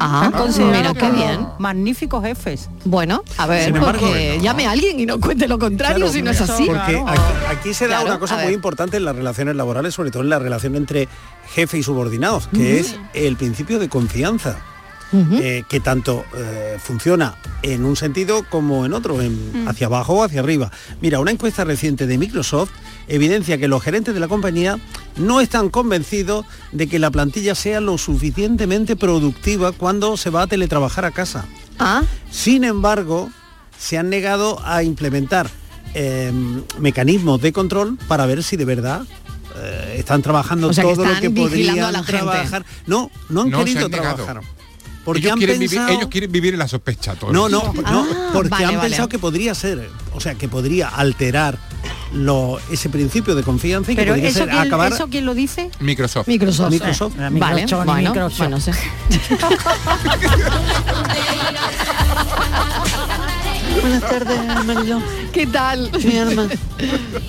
S16: Ah,
S18: Están considerados
S16: mira, qué
S18: como
S16: bien.
S18: Magníficos jefes.
S16: Bueno, a ver,
S18: Sin embargo,
S16: porque
S18: bueno.
S16: llame a alguien y no cuente lo contrario
S9: Claro,
S16: si no es así.
S9: Porque aquí, aquí se da
S16: Claro,
S9: una cosa
S16: a ver.
S9: muy importante en las relaciones laborales, sobre todo en la relación entre jefe y subordinados, que es el principio de confianza. eh, que tanto eh, funciona en un sentido como en otro, en-
S26: Mm.
S9: hacia abajo o hacia arriba. Mira, una encuesta reciente de Microsoft evidencia que los gerentes de la compañía no están convencidos de que la plantilla sea lo suficientemente productiva cuando se va a teletrabajar a casa.
S16: Ah.
S9: Sin embargo, se han negado a implementar eh, mecanismos de control para ver si de verdad eh, están trabajando
S16: O sea, que
S9: todo
S16: están
S9: lo que
S16: vigilando
S9: podrían
S16: a la gente.
S9: trabajar. No, no han
S17: No, se
S9: querido
S17: han negado.
S9: trabajar.
S17: ellos,
S9: han
S17: quieren
S9: pensado-
S17: vivir, ellos quieren vivir en la sospecha todo.
S9: No, no, no,
S16: Ah,
S9: porque
S17: vale,
S9: han
S17: vale.
S9: pensado que podría ser, o sea, que podría alterar lo- ese principio de confianza y
S18: Pero
S9: que podría
S18: eso
S9: ser
S18: quién,
S9: acabar
S18: eso quién lo dice?
S17: Microsoft.
S9: Microsoft. Microsoft.
S18: Eh,
S16: Vale,
S18: Microsoft,
S16: bueno,
S18: Microsoft.
S16: bueno, sí.
S20: Buenas tardes, Marilón.
S16: ¿Qué tal?
S20: Mi alma.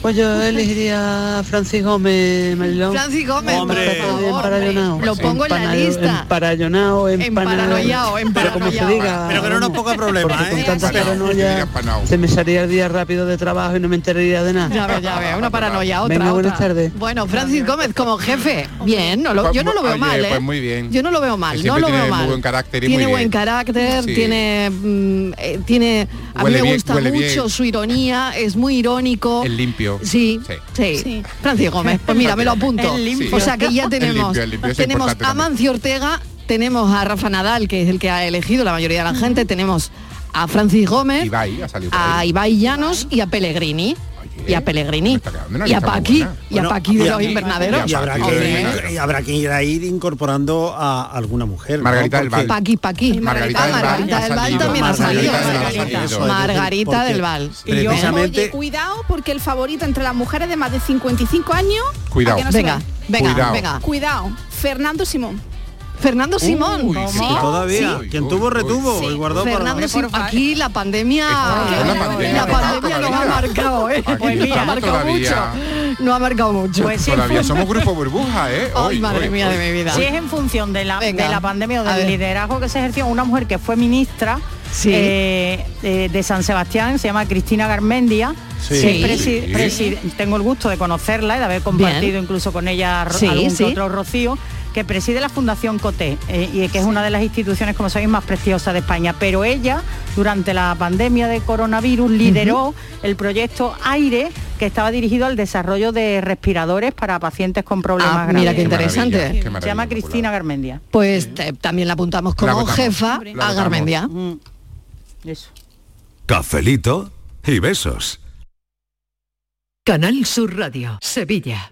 S20: Pues yo elegiría a Francis Gómez, Marilón.
S16: Francis Gómez, Hombre. por favor, hombre. Lo pongo en la lista.
S20: Emparallonao,
S16: Emparanoiao,
S20: empanado. Pero como se
S16: emparanoiao.
S20: diga.
S9: Pero que no nos
S16: Mm.
S9: ponga problemas,
S20: Porque con
S9: ¿eh?
S20: tanta
S9: Empanao,
S20: paranoia
S9: empanao.
S20: se me salía el día rápido de trabajo y no me enteraría de nada.
S16: Ya veo, ya veo, una paranoia, otra,
S20: Venga, buenas
S16: otra.
S20: tardes.
S16: Bueno, Francis Gómez como jefe, bien, no lo- yo no lo veo
S17: Oye,
S16: mal, ¿eh?
S17: pues muy bien.
S16: Yo no lo veo mal,
S17: Que
S16: no
S17: siempre
S16: lo veo
S17: tiene muy
S16: mal.
S17: buen carácter y
S16: tiene
S17: muy
S16: buen
S17: bien.
S16: carácter,
S17: Sí.
S16: tiene, mm, eh, tiene, a mí
S17: Huele
S16: me
S17: bien,
S16: gusta
S17: huele
S16: mucho
S17: bien.
S16: su ironía, es muy irónico.
S17: El limpio.
S16: Sí, sí,
S17: Sí.
S16: Francis Gómez, pues mira, me lo apunto.
S17: El limpio.
S16: O sea que ya
S17: El
S16: tenemos,
S17: limpio, el limpio es
S16: tenemos
S17: importante
S16: a
S17: también.
S16: Mancio Ortega, tenemos a Rafa Nadal, que es el que ha elegido la mayoría de la gente, tenemos a Francis Gómez,
S17: Ibai ha salido por
S16: a
S17: ahí.
S16: Ibai Llanos y a Pellegrini. Y a Pellegrini.
S17: una
S16: Y a
S17: lista muy
S16: Paqui.
S17: buena.
S16: Y a
S9: Bueno,
S16: Paqui de
S9: y a-
S16: los
S9: y-
S16: invernaderos.
S9: Y habrá,
S17: Hombre.
S9: que, y habrá que ir a ir incorporando a alguna mujer. ¿no?
S17: Margarita del
S9: Porque-
S16: Paqui, Paqui.
S9: Margarita
S16: Ah, Margarita del Val también ha salido. Margarita del Val.
S9: Y yo-
S19: Oye, cuidado porque el favorito entre las mujeres de más de 55 años.
S17: Cuidado.
S19: ¿a que no se
S17: Venga,
S19: ve?
S17: venga, Cuidado. venga.
S19: Cuidado. Fernando Simón.
S16: Fernando Simón.
S9: Uy,
S16: Sí.
S9: que Todavía.
S17: Sí.
S9: Quien tuvo retuvo y guardó para
S16: Fernando Simón. Aquí la pandemia.
S9: la pandemia
S16: La
S9: está
S16: pandemia nos ha
S17: todavía.
S16: marcado, ¿eh?
S17: Aquí
S16: Pues mira,
S17: estamos
S16: ha marcado
S17: todavía.
S16: mucho. No ha marcado mucho.
S17: Todavía somos grupo burbuja, ¿eh?
S16: Ay,
S17: Hoy,
S16: madre
S17: hoy,
S16: mía
S17: hoy.
S16: de mi vida.
S18: Si es en función de la, de
S16: Venga,
S18: la pandemia o
S16: a
S18: del
S16: ver.
S18: liderazgo que se ejerció una mujer que fue ministra
S16: Sí.
S18: eh, eh, de San Sebastián, se llama Cristina Garmendia.
S16: Sí.
S18: que es
S16: Sí.
S18: presi- presi- tengo el gusto de conocerla y de haber compartido
S16: Bien.
S18: incluso con ella ro-
S16: Sí,
S18: algún que
S16: sí.
S18: otro rocío que preside la Fundación COTE eh, y que es una de las instituciones, como sabéis, más prestigiosas de España. Pero ella, durante la pandemia de coronavirus, lideró el proyecto AIRE, que estaba dirigido al desarrollo de respiradores para pacientes con problemas
S16: Ah,
S18: graves.
S16: mira qué Qué maravilla, interesante. qué
S18: Se llama Cristina Garmendia.
S16: Pues eh, también la apuntamos como
S18: La votamos.
S16: jefa
S18: La
S16: a
S18: votamos.
S16: Garmendia.
S18: Mm.
S8: Cafelito y besos.
S27: Canal Sur Radio, Sevilla.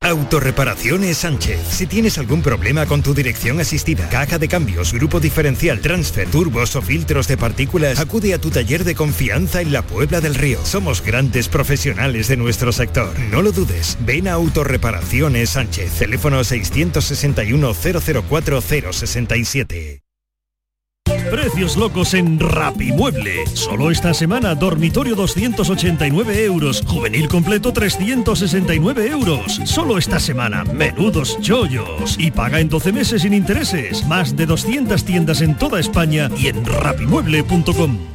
S7: Autorreparaciones Sánchez. Si tienes algún problema con tu dirección asistida, caja de cambios, grupo diferencial, transfer, turbos o filtros de partículas, acude a tu taller de confianza en la Puebla del Río. Somos grandes profesionales de nuestro sector. No lo dudes. Ven a Autorreparaciones Sánchez. Teléfono 661 004 067.
S26: Precios locos en Rapimueble. Solo esta semana, dormitorio 289 euros, juvenil completo 369 euros. Solo esta semana, menudos chollos. Y paga en 12 meses sin intereses. Más de 200 tiendas en toda España y en rapimueble.com.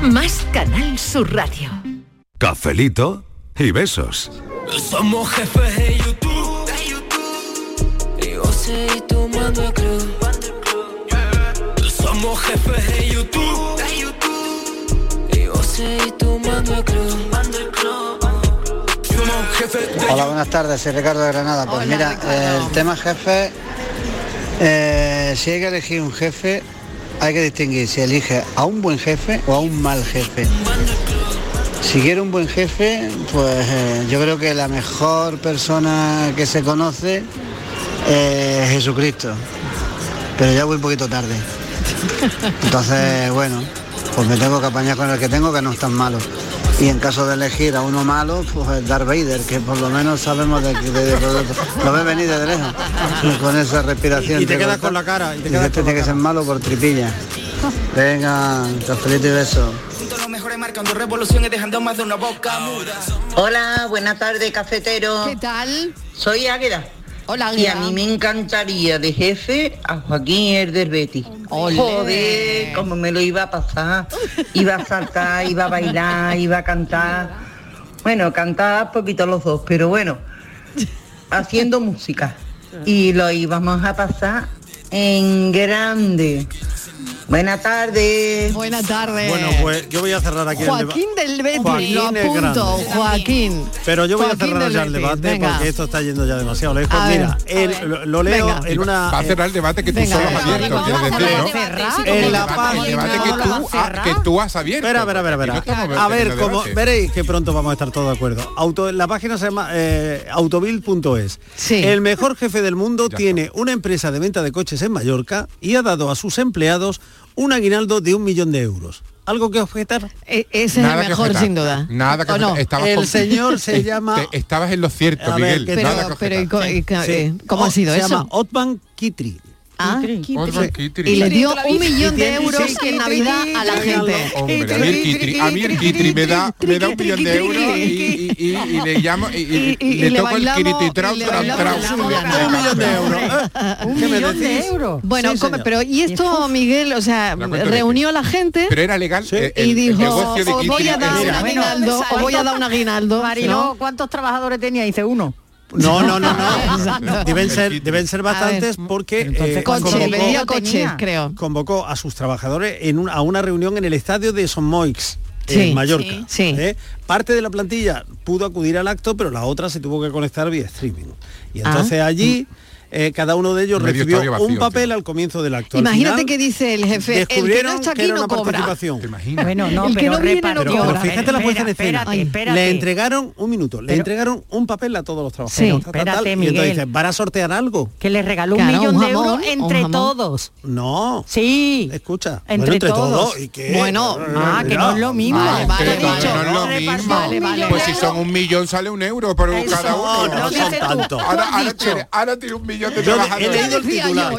S27: más Canal Sur Radio.
S8: Cafelito y besos.
S14: Somos jefes de YouTube. De YouTube. Y vos seguís tomando el club. Somos jefes de YouTube. De YouTube. Y vos seguís tomando el club. Somos jefes de
S28: Hola, buenas tardes, soy Ricardo de Granada. Pues mira, el tema jefe, eh, si hay que elegir un jefe, hay que distinguir si elige a un buen jefe o a un mal jefe. Si quiero un buen jefe, pues eh, yo creo que la mejor persona que se conoce eh, es Jesucristo. Pero ya voy un poquito tarde. Entonces, bueno, pues me tengo que apañar con el que tengo que no es tan malo. Y en caso de elegir a uno malo, pues es Darth Vader, que por lo menos sabemos de que lo ve venir de lejos, con esa respiración.
S9: Y- y te quedas con la cara, y te quedas
S28: este
S9: con
S28: tiene que ser malo por tripilla. Venga, cafelito y beso.
S25: Marcando revoluciones, dejando más de una boca muda.
S24: Hola, buenas tardes, cafetero.
S16: ¿Qué tal?
S24: Soy Águeda.
S16: Hola,
S24: Y
S16: Águeda.
S24: a mí me encantaría de jefe a Joaquín Herder Betty.
S16: Olé.
S24: Joder, cómo me lo iba a pasar. Iba a saltar, iba a bailar, iba a cantar. Bueno, cantar poquito los dos, pero bueno, haciendo música. Y lo íbamos a pasar en grande. Buenas tardes.
S16: Buenas tardes.
S9: Bueno, pues yo voy a cerrar aquí el debate.
S16: Joaquín del Betis,
S9: Joaquín
S16: lo
S9: el
S16: apunto,
S9: Grande.
S16: Joaquín.
S9: Pero yo voy
S16: Joaquín
S9: a cerrar
S16: del
S9: ya el
S16: Betis,
S9: debate
S16: venga.
S9: porque esto está yendo ya demasiado lejos.
S16: A
S9: Mira,
S16: ver,
S9: el- lo, lo leo
S16: Venga.
S9: en una...
S17: Va a cerrar el debate que tú solo has abierto, quieres decir, ¿no?
S9: En la
S17: El debate que tú, ha- que tú has abierto.
S9: ¿Ah? Espera, espera, espera,
S17: porque aquí no
S9: espera.
S17: estamos
S9: A ver,
S17: teniendo
S9: como
S17: debate.
S9: veréis que pronto vamos a estar todos de acuerdo. Auto, la página se llama eh, autovil.es.
S16: Sí.
S9: El mejor jefe del mundo tiene una empresa de venta de coches en Mallorca y ha dado a sus empleados un aguinaldo de un millón de euros. ¿Algo que objetar?
S16: E- ese es
S17: Nada
S16: el
S17: que
S16: mejor,
S17: objetar.
S16: sin duda.
S17: Nada que
S16: ¿O no?
S17: objetar. Estabas
S9: El
S17: con-
S9: señor se
S17: [LAUGHS] Eh,
S9: llama-
S17: te- estabas en lo cierto,
S9: A ver,
S17: Miguel.
S9: ¿qué
S16: Pero,
S17: nada que
S16: pero, ¿y
S17: objetar.
S16: co- y ca-
S9: Sí.
S16: eh, ¿cómo ha
S9: O-
S16: sido
S9: se
S16: eso?
S9: llama Otman Kitri.
S16: Ah,
S17: Otman Kitri.
S16: y le dio
S17: Kitri.
S16: un millón de
S9: Kitri,
S16: euros
S9: sí,
S16: en Navidad a la gente.
S17: Hombre, a mí el Kitri, a mí el Kitri me da, me da un millón de euros y, y- y- y le llamo y, y-
S16: Y- y-
S17: le
S16: y le
S17: toco el
S16: bailamos-
S17: kiriti trau,
S16: y le
S17: trau, trau.
S16: bailamos
S17: Un millón de euros.
S9: Un
S17: millón de
S16: euros. Bueno, come- pero y esto, Miguel, o sea,
S17: cuenta de
S16: reunió a la gente
S17: Pero era legal eh, el,
S16: y
S17: el
S16: dijo,
S17: negocio de
S16: os
S17: Kitri.
S16: voy a dar un
S17: era-
S16: aguinaldo, os voy a dar un
S18: [LAUGHS]
S16: aguinaldo.
S18: Mariló, ¿cuántos trabajadores tenía? Dice uno.
S9: No, no, no,
S18: [LAUGHS]
S9: no. [LAUGHS] deben, ser, deben ser bastantes porque eh,
S16: coche, vendía coches,
S9: tenía.
S16: creo.
S9: convocó a sus trabajadores en un- a una reunión en el estadio de Somoix.
S16: Sí,
S9: en Mallorca.
S16: sí, sí.
S9: ¿eh? Parte de la plantilla pudo acudir al acto, pero la otra se tuvo que conectar vía streaming. Y
S16: Ah.
S9: entonces allí eh, cada uno de ellos
S17: Medio
S9: recibió
S17: estadio vacío,
S9: un papel al comienzo del acto. Al
S16: Imagínate
S9: final,
S16: que dice el jefe, el que no
S9: descubrieron
S16: está
S9: que
S16: aquí
S9: era
S16: no
S9: una
S16: cobra.
S9: participación.
S18: Bueno, no,
S16: El que
S18: pero
S16: no viene no
S18: repartió.
S9: Pero,
S18: Ahora,
S9: fíjate la
S18: espera,
S9: puesta en escena.
S18: espérate, espérate.
S9: Le entregaron un minuto, le entregaron un papel a todos los
S18: Sí,
S9: trabajadores.
S18: espérate,
S9: y
S18: Miguel.
S9: entonces dicen, ¿van a sortear algo?
S18: Que le regaló un
S9: Claro,
S18: millón
S9: un
S18: de
S9: jamón,
S18: euros
S9: un
S18: entre
S9: jamón.
S18: todos.
S9: No.
S18: Sí.
S9: Escucha.
S18: Entre
S9: bueno, entre
S18: todos.
S9: todos. ¿Y qué?
S18: Bueno, ah, que no es lo mismo.
S17: Vale,
S18: Vale, vale,
S17: pero no es lo
S18: vale,
S17: mismo.
S18: vale, vale.
S17: Pues si son un millón sale un euro por cada uno.
S9: no dices tú, tú has
S17: Ahora, ahora,
S9: dicho.
S17: tiene, ahora tiene un millón de
S9: Yo
S17: trabajadores.
S9: he leído el titular.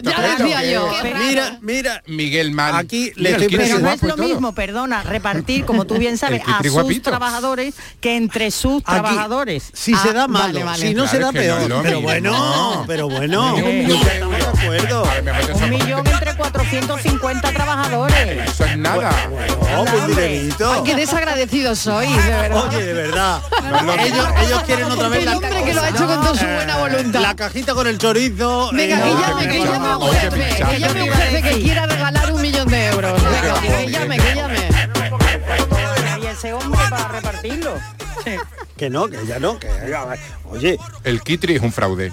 S9: Mira, mira.
S17: Miguel Mal. Aquí
S9: le estoy
S18: Pero no es
S17: fue
S18: lo
S17: todo.
S18: mismo, perdona, repartir, como tú bien sabes,
S17: [LAUGHS] El
S18: a
S17: Kitri
S18: sus
S17: guapito.
S18: trabajadores que entre sus
S9: Aquí,
S18: trabajadores. Ah,
S9: Si se da malo, si no se da
S17: Claro que no
S9: peor.
S17: es lo
S9: pero
S17: mismo.
S9: bueno, pero bueno.
S18: Un millón entre 450 trabajadores.
S17: Eso es nada.
S9: No, pues dinerito.
S16: Ay, qué desagradecido soy, de verdad.
S9: Oye, de verdad.
S17: lo
S9: ellos, ellos quieren otra vez
S16: El
S9: la Eh,
S16: hombre que lo ha hecho con toda su buena voluntad.
S9: La cajita con el chorizo.
S16: Venga,
S9: eh,
S16: que
S9: no,
S16: llame, que
S9: no,
S16: llame a
S9: no,
S16: un
S9: no,
S16: jefe,
S9: no,
S16: que llame a un jefe que quiera regalar un millón de euros. Venga, que llame,
S9: [LAUGHS]
S16: que llame. [LAUGHS]
S18: Y ese hombre para repartirlo.
S9: Que no, que ya no. Que, oye.
S17: El Kitri es un fraude.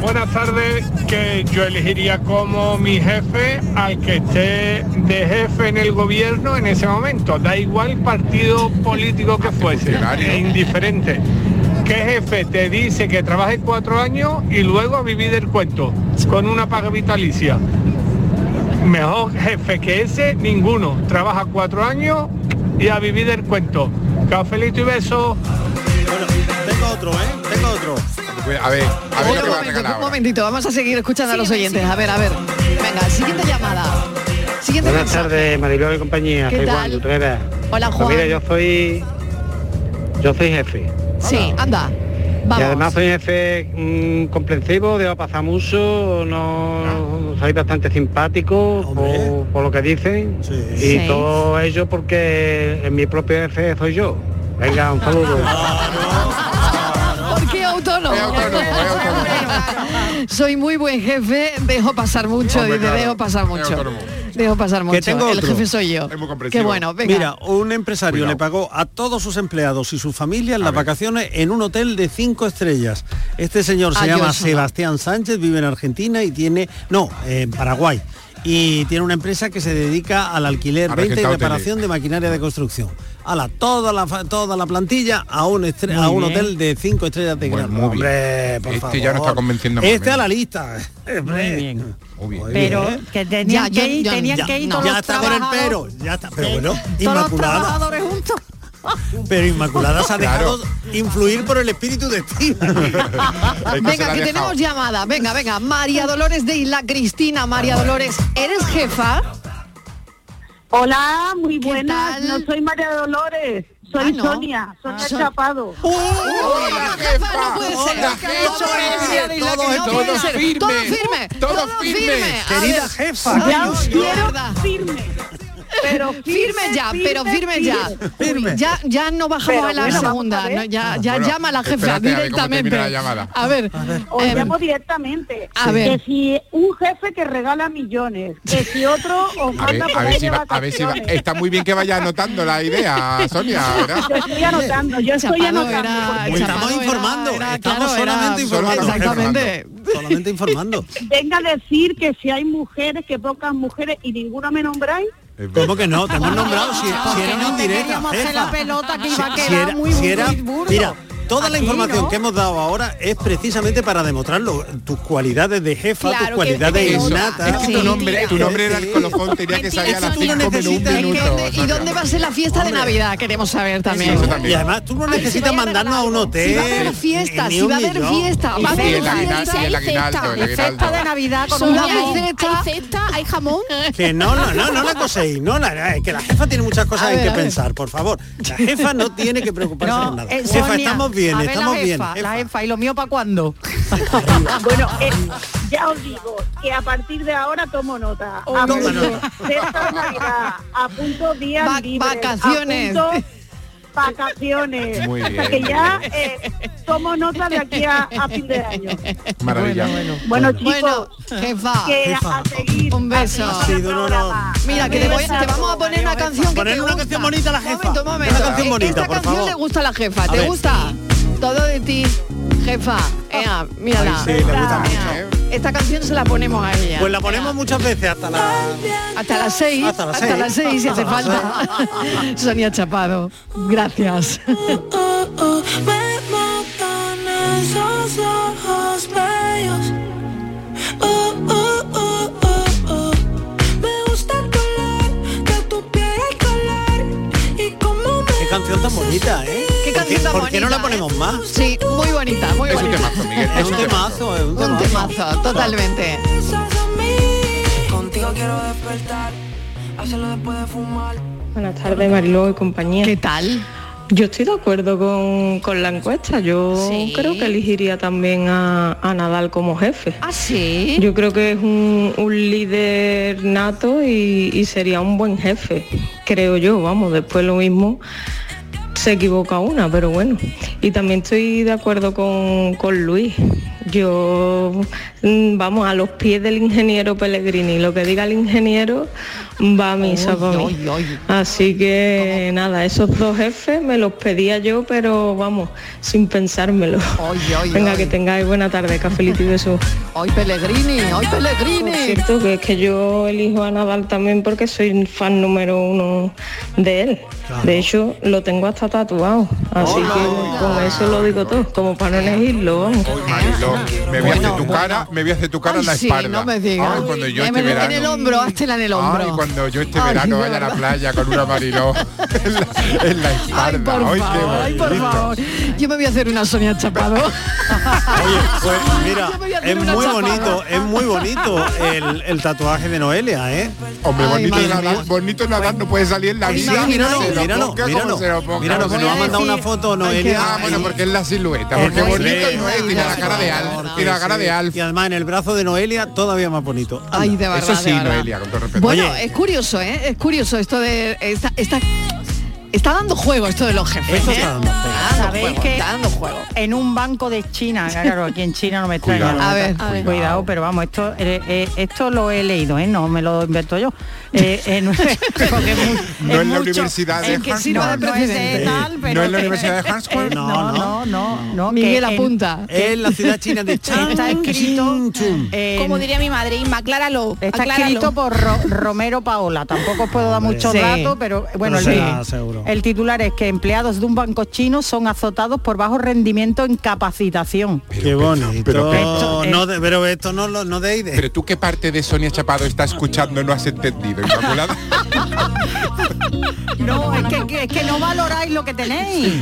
S29: Buenas tardes, que yo elegiría como mi jefe al que esté de jefe en el gobierno en ese momento. Da igual partido político que fuese, es indiferente. ¿Qué jefe te dice que trabaje cuatro años y luego a vivir del cuento con una paga vitalicia? Mejor jefe que ese, ninguno. Trabaja cuatro años y a vivir del cuento. Cafelito y beso.
S9: Tengo otro, ¿eh? Tengo otro.
S17: A ver, a ver lo
S16: un,
S17: que va a
S16: momento,
S17: regalar
S16: un
S17: ahora.
S16: momentito, vamos a seguir escuchando a los oyentes. A ver, a ver. Venga, siguiente llamada. Siguiente
S20: Buenas
S16: mensaje.
S20: tardes, Maribel y compañía.
S16: ¿Qué
S20: soy Juan
S16: tal?
S20: de Utrera.
S16: Hola, Juan.
S20: Pues mira, yo soy yo soy jefe.
S16: Sí, anda.
S20: Y
S16: Vamos.
S20: además soy jefe mm, comprensivo, debo pasar mucho,
S16: Ah.
S20: no soy bastante simpático por, por lo que dicen. Y
S16: Sí.
S20: todo ello
S16: [LAUGHS]
S20: porque en mi propio jefe soy yo. Venga, un saludo.
S16: ¿Por qué os autónomo. [LAUGHS] Soy muy buen jefe, dejo pasar mucho,
S9: Hombre,
S16: dice,
S9: claro,
S16: dejo pasar mucho.
S9: autónomo.
S16: Dejo pasar mucho.
S9: Que tengo
S16: El
S9: otro.
S16: jefe soy yo. Qué bueno, venga.
S9: Mira, un empresario le pagó a todos sus empleados y sus familias las vacaciones en un hotel de cinco estrellas. Este señor se
S1: Ah, yo
S9: llama
S1: eso no.
S9: Sebastián Sánchez, vive en Argentina y tiene, no, en Paraguay. Y tiene una empresa que se dedica al alquiler,
S1: Ahora que
S9: venta y
S1: está hoteles.
S9: reparación de maquinaria de construcción. Ala, toda la, fa- toda la plantilla a un, estre-
S17: Muy
S9: a un
S17: bien.
S9: hotel de cinco estrellas de
S17: Bueno,
S9: gran
S17: muy bien.
S9: Hombre, por
S17: Este ya no
S9: favor.
S17: está convenciendo más,
S9: Este
S17: ¿eh?
S9: a la lista.
S22: é
S17: Muy bien.
S18: Pero que tenían
S9: Ya,
S18: que ir,
S9: ya, ya,
S18: tenían que ir
S9: no.
S18: todos
S9: Ya
S18: los
S9: está con el
S18: trabajadores-
S9: pero, ya está. Pero bueno,
S18: todos los
S9: Inmaculada.
S18: trabajadores juntos.
S9: Pero Inmaculada se ha
S17: Claro.
S9: dejado influir por el espíritu de Steve.
S16: [LAUGHS] Venga, que tenemos llamada. Venga, venga. María Dolores de Isla Cristina. María Dolores, ¿eres jefa?
S20: Hola, muy buenas. No soy María Dolores, soy
S16: Ah, no.
S20: Sonia, Sonia
S16: Son-
S20: Chapado.
S16: ¡Hola, jefa! ¡No puede ser!
S20: Hola,
S16: Todo firme, Isla, que no puede ser. Todo firme, todo firme. A
S9: Querida
S16: ver.
S9: jefa.
S16: Ay,
S9: yo-
S16: Dios,
S9: yo-
S16: de verdad.
S20: Pero
S16: firme ya, pero firme ya. Uy, Ya, ya no bajamos
S20: Pero
S16: a la
S20: bueno,
S16: segunda.
S20: vamos a ver.
S16: no, ya ya
S20: Bueno,
S16: llama a la jefa
S17: espérate a ver cómo
S16: directamente.
S17: termina la llamada.
S16: A ver,
S20: Os
S16: eh,
S20: llamo directamente.
S16: A
S20: Que
S16: ver.
S20: si un jefe que regala millones, que si otro os
S17: A
S24: pues
S17: ver,
S20: manda
S17: a
S20: por
S17: ver
S20: ahí
S17: si
S20: de
S17: va- a ver si va-
S20: vacaciones.
S17: Está muy bien que vaya anotando la idea, Sonia, ¿verdad?
S20: Yo estoy anotando, yo estoy
S16: Chapado
S20: anotando. Ah,
S16: era-
S20: porque-
S9: Estamos informando, estamos
S16: claro, era-
S9: solamente informando.
S16: Exactamente.
S9: Solamente informando.
S20: Venga a decir que si hay mujeres, que pocas mujeres y ninguna me nombráis.
S9: ¿Cómo que no? Te hemos nombrado si, si era una indirecta.
S20: queríamos hacer
S9: jefa.
S20: la pelota que iba a
S9: Ah, Si- si
S20: quedar
S9: era-
S20: muy
S9: si
S20: bu-
S9: era-
S20: muy burdo.
S9: Mira, toda la información que hemos dado ahora es precisamente para demostrarlo. Tus cualidades de jefa,
S17: Claro,
S9: tus
S17: que-
S9: cualidades
S17: Eso,
S9: innatas.
S17: es que tu nombre- tu nombre era el colofón, tenía que salir a
S9: Eso
S17: las
S9: no
S17: cinco menos un
S9: necesitas.
S17: minuto,
S9: ¿Dónde-
S16: ¿Y dónde va a ser la fiesta de Navidad? Queremos saber también.
S9: Eso también. Y además, tú no
S16: Ay, si
S9: necesitas
S16: vaya a haber
S9: mandarnos a un
S16: algo.
S9: hotel. eh,
S16: Si va a haber fiesta,
S9: ni
S16: si
S9: un
S16: va a haber
S9: millón.
S16: fiesta. Va a
S17: Y
S16: haber
S17: el aguinaldo, y el aguinaldo, el aguinaldo.
S16: Navidad
S18: con
S16: una
S18: un jamón.
S16: cesta. ¿Hay cesta? ¿Hay jamón?
S9: Que no, no, no, no la coséis, no, la, la- que la jefa tiene muchas
S16: A
S9: cosas en
S16: ver,
S9: que
S16: a ver.
S9: pensar, por favor. La jefa no tiene que preocuparse
S18: No,
S9: de nada.
S18: eh,
S9: jefa,
S18: Sonia,
S9: estamos
S18: a
S9: bien,
S18: ver,
S9: estamos
S18: la
S9: bien.
S18: jefa, La jefa, ¿y lo mío para cuándo?
S20: bueno, eh, ya os digo que a partir de ahora tomo nota.
S18: Toma
S20: Apunto
S18: nota.
S20: cesta de Navidad, apunto días
S16: Va-
S20: libres,
S16: vacaciones.
S20: apunto vacaciones.
S17: Muy bien,
S20: que
S17: muy
S20: ya eh, tomo nota de aquí a, a fin de año.
S17: Maravilla.
S20: Bueno, chicos,
S16: jefa.
S20: que
S9: Jefa.
S20: a seguir.
S16: Un beso.
S20: a seguir con el programa.
S16: Mira, que te, voy- te vamos a poner una canción que
S9: Poner
S16: te
S9: una
S16: gusta.
S9: canción bonita a la jefa.
S16: Momento, momento.
S9: Una canción
S16: Eh,
S9: bonita,
S16: Esta
S9: por
S16: canción
S9: favor.
S16: le gusta a la jefa.
S9: A
S16: ¿Te
S9: ver.
S16: gusta? Todo de ti, jefa.
S20: Ah.
S16: Ea, mírala.
S9: Ay, sí, le gusta mucho,
S16: Ea.
S17: ¿eh?
S16: Esta canción se la ponemos a ella.
S9: Pues la ponemos muchas veces hasta la...
S16: Hasta las seis.
S9: Hasta las seis.
S16: seis, si hace
S9: Hasta las
S16: falta. [LAUGHS] Sonia Chapado. Gracias.
S14: oh, oh, me matan esos ojos bellos. Oh, oh, oh, oh, oh. Me gusta el color de tu piel, el color y cómo me
S9: Qué canción tan bonita, ¿eh?
S16: Qué
S9: ¿Por
S16: canción tan
S9: ¿Por qué no
S16: bonita,
S9: la ponemos más?
S16: Sí, muy bonita, muy bonita.
S9: Es un temazo, es un
S16: Un
S9: temazo.
S16: temazo, totalmente.
S14: besas a mí. Contigo quiero despertar, hacerlo después de fumar.
S21: Buenas tardes, Mariló y compañía. ¿Qué
S16: tal?
S21: Yo estoy de acuerdo con, con la encuesta. Yo
S6: Sí.
S21: creo que elegiría también a, a Nadal como jefe.
S16: Ah, sí.
S21: Yo creo que es un, un líder nato y, y sería un buen jefe, creo yo. Vamos, después lo mismo se equivoca una, pero bueno. Y también estoy de acuerdo con, con Luis. Yo, mm, vamos, a los pies del ingeniero Pellegrini. Lo que diga el ingeniero va a misa para mí. Así que nada, esos dos jefes me los pedía yo, pero vamos, sin pensármelo. Venga, que tengáis buena tarde, cafelito y besos.
S16: Hoy Pellegrini, hoy Pellegrini.
S21: Por cierto, que es que yo elijo a Nadal también porque soy fan número uno de él. De hecho, lo tengo hasta tatuado. Así que con eso lo digo todo, como para no elegirlo. vamos.
S17: Mariló, me voy a hacer tu cara, me voy a hacer tu cara en la
S21: Ay, sí,
S17: espalda.
S21: no me digas.
S17: Ay, cuando yo
S16: En
S17: este
S16: el, en el
S17: verano.
S16: hombro, háztela en el hombro.
S17: Ay, cuando yo este verano vaya a la playa con una Mariló [LAUGHS] en la, en la espalda.
S16: Por
S17: Ay, qué
S16: favor, ay, por
S17: bonito.
S16: favor. Yo me voy a hacer una Sonia Chapado. [LAUGHS]
S9: Pues mira,
S16: Yo voy a hacer
S9: es
S16: una
S9: muy
S16: chapada.
S9: bonito, es muy
S16: [LAUGHS]
S9: bonito el, el tatuaje de Noelia, ¿eh?
S17: Hombre, bonito Nadal, bonito Nadal no puede salir en la
S9: Sí,
S17: vida.
S9: míralo,
S17: se lo
S9: míralo,
S17: ponga como
S9: míralo.
S17: se lo ponga.
S9: Míralo, que nos ha mandado una foto, Noelia.
S17: Ah, bueno, porque es la silueta, porque bonito no es, tiene la cara de Al, tiene la cara de Al.
S9: Y además en el brazo de Noelia todavía más bonito.
S16: Ay, de verdad, eh,
S17: Eso sí,
S9: pues
S16: de verdad.
S17: Noelia, con todo respeto.
S16: Bueno,
S9: Oye,
S16: es curioso, ¿eh? Es curioso esto de esta, esta Está dando juego esto de los jefes.
S18: Esto
S16: ¿eh?
S18: está dando juego.
S16: Está dando
S18: Sabéis
S16: juego,
S18: que
S16: está dando juego.
S18: en un banco de China, Ah, claro, aquí en China no me extraña.
S16: Cuidado.
S18: no me
S16: A ver,
S18: extraña.
S16: a ver.
S18: Cuidado, pero vamos, esto eh, eh, esto lo he leído, ¿eh? no me lo invento yo. Eh, eh, [LAUGHS] no, porque es mu-
S17: No
S18: es
S17: en la
S18: mucho-
S17: Universidad de
S18: en que
S17: Harvard.
S18: sirva de
S17: No, no es de
S18: precedente.
S17: tal, pero No en la que-
S18: [LAUGHS]
S17: Universidad de
S18: Eh, No, no, no, no.
S16: Miguel,
S18: que en-
S16: apunta.
S18: que-
S16: En la ciudad china
S18: [LAUGHS]
S16: de
S18: Está escrito. eh,
S1: Como diría mi madre, Inma, acláralo.
S18: Está
S1: acláralo.
S18: escrito por Ro- Romero Paola. Tampoco os puedo dar muchos
S1: Sí.
S18: datos, pero bueno,
S9: Pero
S18: el-
S9: será seguro.
S18: el titular es que empleados de un banco chino son azotados por bajo rendimiento en capacitación.
S9: Qué bonito.
S17: pero-
S9: Pero,
S17: pero-
S9: no,
S16: Eh.
S9: de- pero esto no lo no de
S17: Pero tú qué parte de Sonia Chapado está escuchando no has entendido, Inmaculada.
S18: No, es que- que, es que no valoráis lo que tenéis.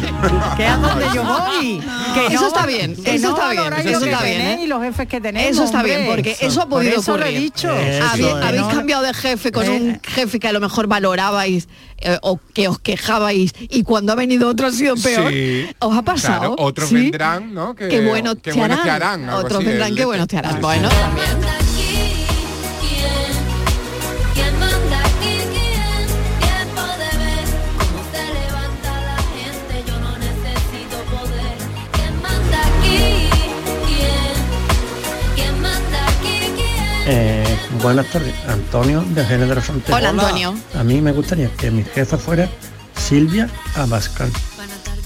S18: Que es a donde yo voy. Que
S16: Eso
S18: no-
S16: está bien,
S18: que
S16: eso
S18: no
S16: está bien,
S18: valoráis
S16: eso
S18: lo que
S16: está bien,
S18: tenéis
S16: ¿eh?
S18: y los jefes que tenéis.
S16: Eso está bien, porque eso ha podido
S18: eso lo he
S16: ocurrir.
S18: dicho. Eh.
S16: Habéis, habéis cambiado de jefe con un jefe que a lo mejor valorabais eh, o que os quejabais y cuando ha venido otro ha sido [LAUGHS] peor.
S17: Sí.
S16: ¿Os ha pasado?
S17: Claro, otros
S16: Sí.
S17: vendrán, ¿no? Que,
S16: Qué buenos te
S17: que buenos te
S16: harán.
S17: harán. algo
S16: Otros
S17: así,
S16: vendrán,
S17: el-
S16: qué buenos te harán. bueno,
S14: ¿Quién manda aquí? ¿Quién? Tiempo de ver cómo se levanta la gente. Yo no necesito poder. ¿Quién manda aquí? ¿Quién? ¿Quién manda aquí? ¿Quién?
S6: Eh, buenas tardes, Antonio de Jerez de la Frontera.
S16: Hola, Hola. Antonio.
S6: A mí me gustaría que mi jefa fuera Silvia Abascal.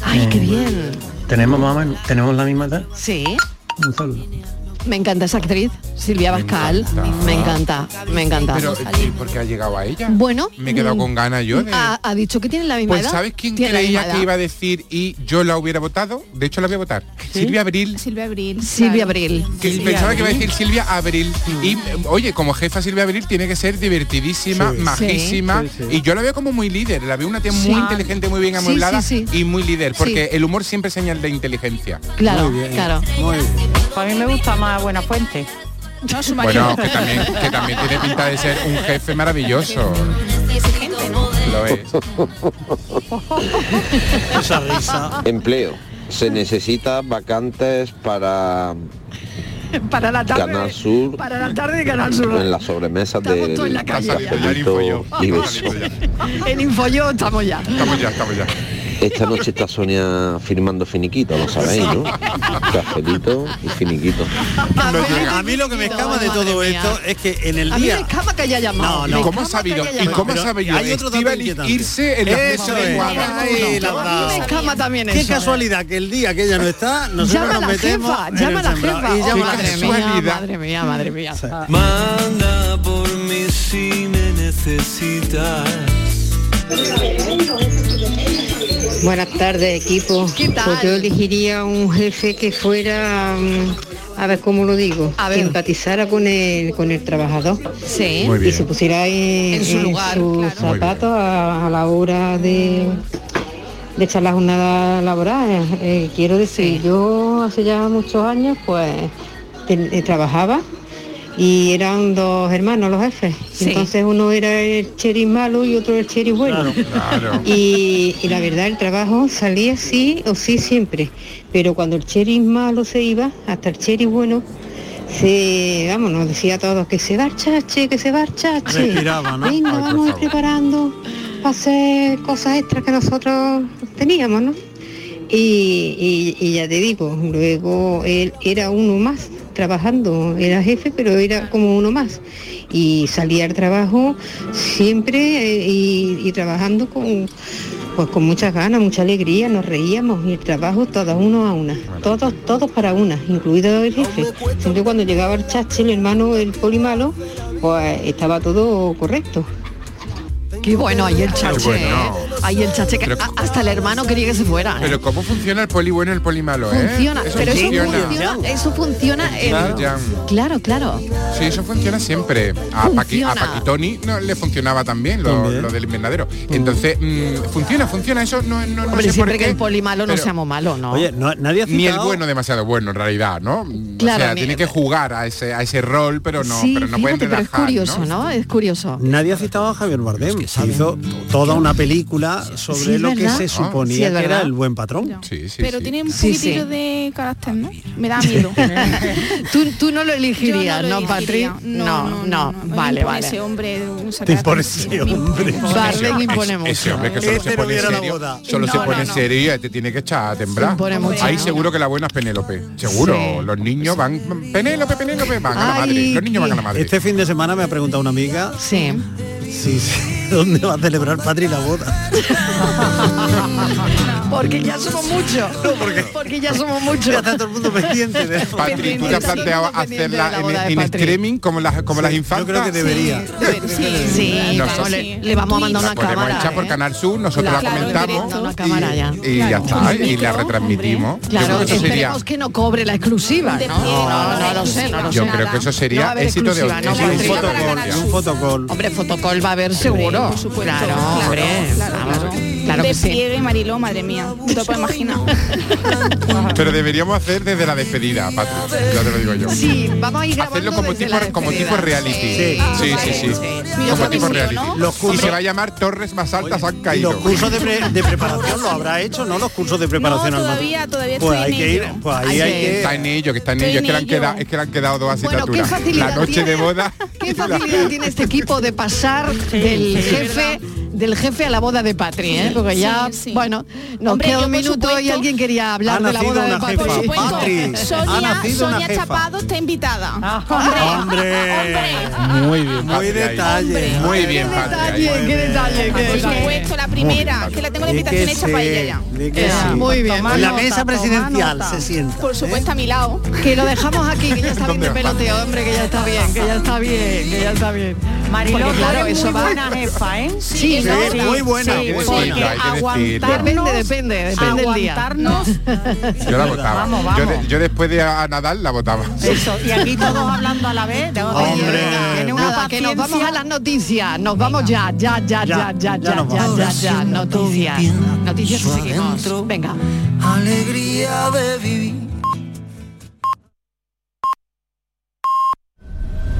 S16: Ay, qué
S6: Eh,
S16: bien.
S6: Tenemos más o menos- tenemos la misma edad.
S16: Sí.
S6: Un saludo.
S16: Me encanta esa actriz, Silvia Bascal. Me encanta, me encanta.
S17: Pero, ¿y ¿por qué ha llegado a ella?
S16: Bueno,
S17: Me he quedado
S16: mm,
S17: con ganas yo de...
S16: Ha, ha dicho que tienen la misma
S17: Pues
S16: edad.
S17: ¿sabes quién
S16: Tienen la
S17: creía
S16: misma
S17: que
S16: edad.
S17: iba a decir y yo la hubiera votado? De hecho la voy a votar. Silvia Abril.
S1: Silvia Abril.
S16: Silvia Abril.
S17: Que
S16: Silvia
S17: pensaba que iba a
S16: Abril. Mm.
S17: decir Silvia Abril. Y oye, como jefa Silvia Abril tiene que ser divertidísima,
S9: Sí.
S17: majísima.
S9: Sí, sí.
S17: Y yo la veo como muy líder. La veo una tía
S16: Sí.
S17: muy inteligente, muy bien
S16: Sí,
S17: amueblada
S16: sí, sí.
S17: y muy líder. Porque
S16: Sí.
S17: el humor siempre es señal de inteligencia.
S16: Claro, claro.
S18: A mí me gusta más Buena Fuente.
S1: No, su
S17: Bueno, que también, que también tiene pinta de ser un jefe maravilloso.
S1: Exigente, ¿no?
S9: [LAUGHS]
S17: Lo es.
S8: Esa risa. Empleo. Se necesita vacantes para
S16: Para la
S8: Canal Sur
S16: Para la tarde de Canal
S8: en las sobremesas de
S16: todos en la calle ya.
S8: y beso.
S16: En Infoyo estamos ya.
S17: Estamos ya, estamos ya.
S8: Esta noche está Sonia firmando finiquito, lo sabéis, ¿no? Cafelito y finiquito.
S9: a mí lo que me escapa de todo esto es que en el
S16: A mí me
S9: día
S16: escapa que haya llamado.
S9: No, no.
S17: ¿Y cómo
S16: Me
S17: ha
S16: escapa que
S17: sabido?
S16: haya
S17: ¿Y
S16: llamado.
S17: cómo ha
S9: Pero
S17: sabido?
S9: hay otro dato
S17: Estíbaliz
S9: inquietante.
S17: irse en la
S9: Eso
S17: misma
S9: es.
S17: menguada.
S9: Ahí la has
S16: A mí
S9: dado.
S16: me escapa también
S9: Qué
S16: eso. ¿eh?
S9: casualidad que el día que ella no está, nosotros
S16: Llama a
S9: nos
S16: la
S9: metemos
S16: jefa,
S9: en
S16: llama a
S9: el
S16: la
S9: sembrado. Y
S16: jefa.
S9: llama a la
S16: madre
S9: jefa.
S16: mía, madre mía, madre mía. Ah.
S30: Manda por mí si me necesitas.
S31: Buenas tardes, equipo. Pues yo elegiría un jefe que fuera, mm, a ver cómo lo digo, que empatizara con el, con el trabajador.
S16: Sí. Muy
S31: Y
S16: bien.
S31: se pusiera en,
S16: En su
S31: en
S16: lugar,
S31: sus zapatos a, a la hora de, de echar la jornada laboral. Eh, quiero decir, yo hace ya muchos años, pues, ten- eh, trabajaba y eran dos hermanos los jefes.
S32: Sí.
S31: Entonces uno era el cherry malo y otro el cherry bueno.
S32: Claro.
S31: Y, y la verdad el trabajo salía sí o sí siempre. Pero cuando el cherry malo se iba, hasta el cherry bueno, se, vamos, nos decía a todos que se va el chache, que se va el chache. Respiraba, ¿no? Venga, Ay, por vamos a ir favor. preparando para hacer cosas extras que nosotros teníamos, ¿no? Y, y- y ya te digo, luego él era uno más trabajando, era jefe, pero era como uno más. Y salía al trabajo siempre eh, y, y trabajando con, pues con muchas ganas, mucha alegría, nos reíamos y el trabajo todos uno a una, todos, todos para una, incluido el jefe. Siempre cuando llegaba el chache, el hermano, el polimalo, pues estaba todo correcto.
S16: Qué bueno, ahí el chache.
S17: bueno.
S16: ¿eh? Ahí el chache. que
S17: Pero-
S16: a- hasta el hermano quería que se fuera. ¿eh?
S17: Pero cómo funciona el poli bueno y el poli malo, ¿eh?
S16: Funciona,
S17: Eso
S16: pero eso
S17: funciona.
S16: funciona, eso funciona en-
S17: Claro, ya.
S16: Claro, claro.
S17: Sí, eso funciona siempre. A, Paqui, a
S16: Funciona.
S17: Paquitoni no, le funcionaba también lo, lo del invernadero. Entonces, mm, funciona, funciona. Eso no, no, no
S16: Hombre,
S17: sé por
S16: siempre que
S17: qué,
S16: el poli malo no
S17: pero-
S16: seamos malo, ¿no?
S9: nadie ha
S17: Ni el
S9: citado-
S17: bueno demasiado bueno, en realidad, ¿no? o
S16: Claro,
S17: sea,
S16: ni-
S17: tiene que jugar a ese, a ese rol, pero no,
S16: sí,
S17: pero no pueden
S16: fíjate, pero es
S17: relajar.
S16: curioso, ¿no? Es curioso.
S9: Nadie ha citado a Javier Bardem. Se hizo toda una película verdad sobre
S1: Sí, es
S9: lo
S1: verdad.
S9: que se
S1: Ah.
S9: suponía
S1: Sí, es
S9: que era
S1: verdad.
S9: el buen patrón.
S1: Pero tiene un
S16: Sí,
S1: poquitito
S16: sí.
S1: de carácter, ¿no? Me da miedo.
S16: tú, tú no lo elegirías,
S1: Yo no lo
S16: ¿no, Patri?
S1: elegiría. No,
S16: No, no, vale,
S1: Impone
S16: vale.
S1: Ese hombre de un
S9: Te
S1: sacate-
S9: impone ese hombre.
S16: Barlet impone mucho.
S17: Ese hombre que solo
S9: Este no
S17: se pone
S9: viene a la
S17: serio.
S9: boda.
S17: Solo se
S9: No,
S17: pone
S9: no, no.
S17: serio y te tiene que echar a
S16: Se
S17: temblar.
S16: impone mucho,
S17: Ahí
S16: ¿no?
S17: seguro que la buena es Penélope. Seguro.
S9: Sí.
S17: Los niños van. Penélope, Penélope, van a la madre. Los niños van a la madre.
S9: Este fin de semana me ha preguntado una amiga
S1: [LAUGHS]
S16: Sí.
S9: si, si- [LAUGHS] dónde va a celebrar Patri la boda.
S16: Porque ya somos
S17: [LAUGHS]
S16: muchos.
S9: porque,
S16: ya somos muchos.
S9: Ya está todo el mundo pendiente de
S17: Patri, ¿tú te has planteado hacerla en, e- en este- streaming como las, como las infantas?
S9: Yo creo que debería.
S16: Sí, sí,
S17: No
S16: vamos,
S17: sé.
S16: le, le vamos a mandar una
S17: la podemos
S16: cámara. ¿eh?
S17: echar por Canal Sur, nosotros
S16: Claro,
S17: Pues, la
S16: en
S17: comentamos
S16: directo, una cámara ya.
S17: y ya está, y la retransmitimos. Yo creo
S16: Claro,
S17: que eso
S16: esperemos
S17: sería,
S16: que no cobre la exclusiva. No, no, no lo sé, no lo sé.
S17: yo creo que eso
S16: No va a
S17: sería
S16: haber
S17: éxito de
S16: exclusiva, no,
S17: éxito
S16: un
S17: de
S16: fotocall,
S17: audiencia.
S9: un fotocall.
S16: Hombre, fotocall va a haber seguro. claro, hombre.
S17: Ah,
S16: vamos, claro
S1: de
S16: que sí.
S1: fiebre, Mariló, madre mía. No te lo puedes imaginar.
S17: Pero deberíamos hacer desde la despedida, Patri, ya te lo digo yo.
S16: Sí, [LAUGHS] vamos a ir grabando
S17: Hacerlo como
S16: desde
S17: tipo,
S16: la
S17: como
S16: despedida. Ah,
S17: tipo reality.
S9: Sí.
S17: sí, sí. sí.
S9: Yo creo
S17: Como
S9: que
S17: tipo
S9: sí, ¿no?
S17: reality.
S9: Los
S17: Y
S9: cursos-
S17: se va a llamar Torres más altas han
S9: Y los
S17: caído.
S9: cursos de, pre- de preparación lo habrá hecho, ¿no? Los cursos de preparación
S1: No,
S9: al
S1: todavía-
S9: matrimonio.
S1: todavía
S9: Pues
S1: estoy
S9: hay
S1: en
S9: que ir,
S1: ello.
S9: pues ahí hay que.
S17: Está en ello, que está en
S16: Estoy
S17: ello. Es
S16: en
S17: que, le han
S16: ello.
S17: quedado, es que le han quedado dos
S16: Bueno, ¿qué
S17: asignaturas.
S16: facilidad
S17: la noche
S16: tiene?
S17: de boda.
S16: ¿Qué facilidad tiene este equipo de pasar del jefe del jefe a la boda de Patri, ¿eh? Porque ya, bueno, nos
S1: Hombre,
S16: queda
S1: yo,
S16: un
S1: por
S16: minuto y
S1: supuesto-
S16: alguien quería hablar
S9: Ha
S16: de la
S9: nacido
S16: boda de
S9: una
S16: Patri.
S1: Por
S9: jefa.
S1: supuesto,
S9: Patri, ha
S1: Sonia,
S9: nacido una
S1: Sonia
S9: jefa.
S1: Chapado está invitada.
S16: Ah.
S9: Hombre, muy bien, muy detalle,
S17: Muy bien, Patri. ahí.
S16: Detalle, qué detalle, qué
S1: Por
S16: detalle.
S1: supuesto, la primera, que la tengo la
S9: Di que
S1: invitación hecha
S9: sí,
S1: para ella ya.
S9: di que sí.
S16: Ah, Muy bien.
S9: En la mesa presidencial se sienta.
S1: Por supuesto, a mi lado.
S16: Que lo dejamos aquí, que ya está bien
S9: ¿eh? ¿Dónde
S16: de
S9: va?
S16: peloteo, hombre, que ya está bien, que ya está bien, que ya está bien.
S18: Mariló,
S16: Porque,
S18: tú
S16: claro,
S18: eres
S16: eso
S18: muy
S16: va. [LAUGHS]
S18: buena jefa, ¿eh?
S16: Sí, sí, muy buena,
S18: sí,
S17: muy
S18: porque
S17: buena. Hay que decirlo.
S18: aguantarnos-
S16: Depende, depende, depende del día.
S18: aguantarnos
S17: Yo la votaba.
S18: Vamos, vamos.
S17: Yo, de- yo después de a, a Nadal la votaba.
S18: Eso, y aquí todos
S16: [LAUGHS]
S18: hablando a la vez. tengo que decir, tiene una
S16: Nada, que nos
S18: paciencia.
S16: vamos a las noticias. Nos vamos ya, ya, ya, ya, ya, ya, ya, ya, ya, Noticias. Noticias y seguimos. Venga.
S14: Alegría de vivir.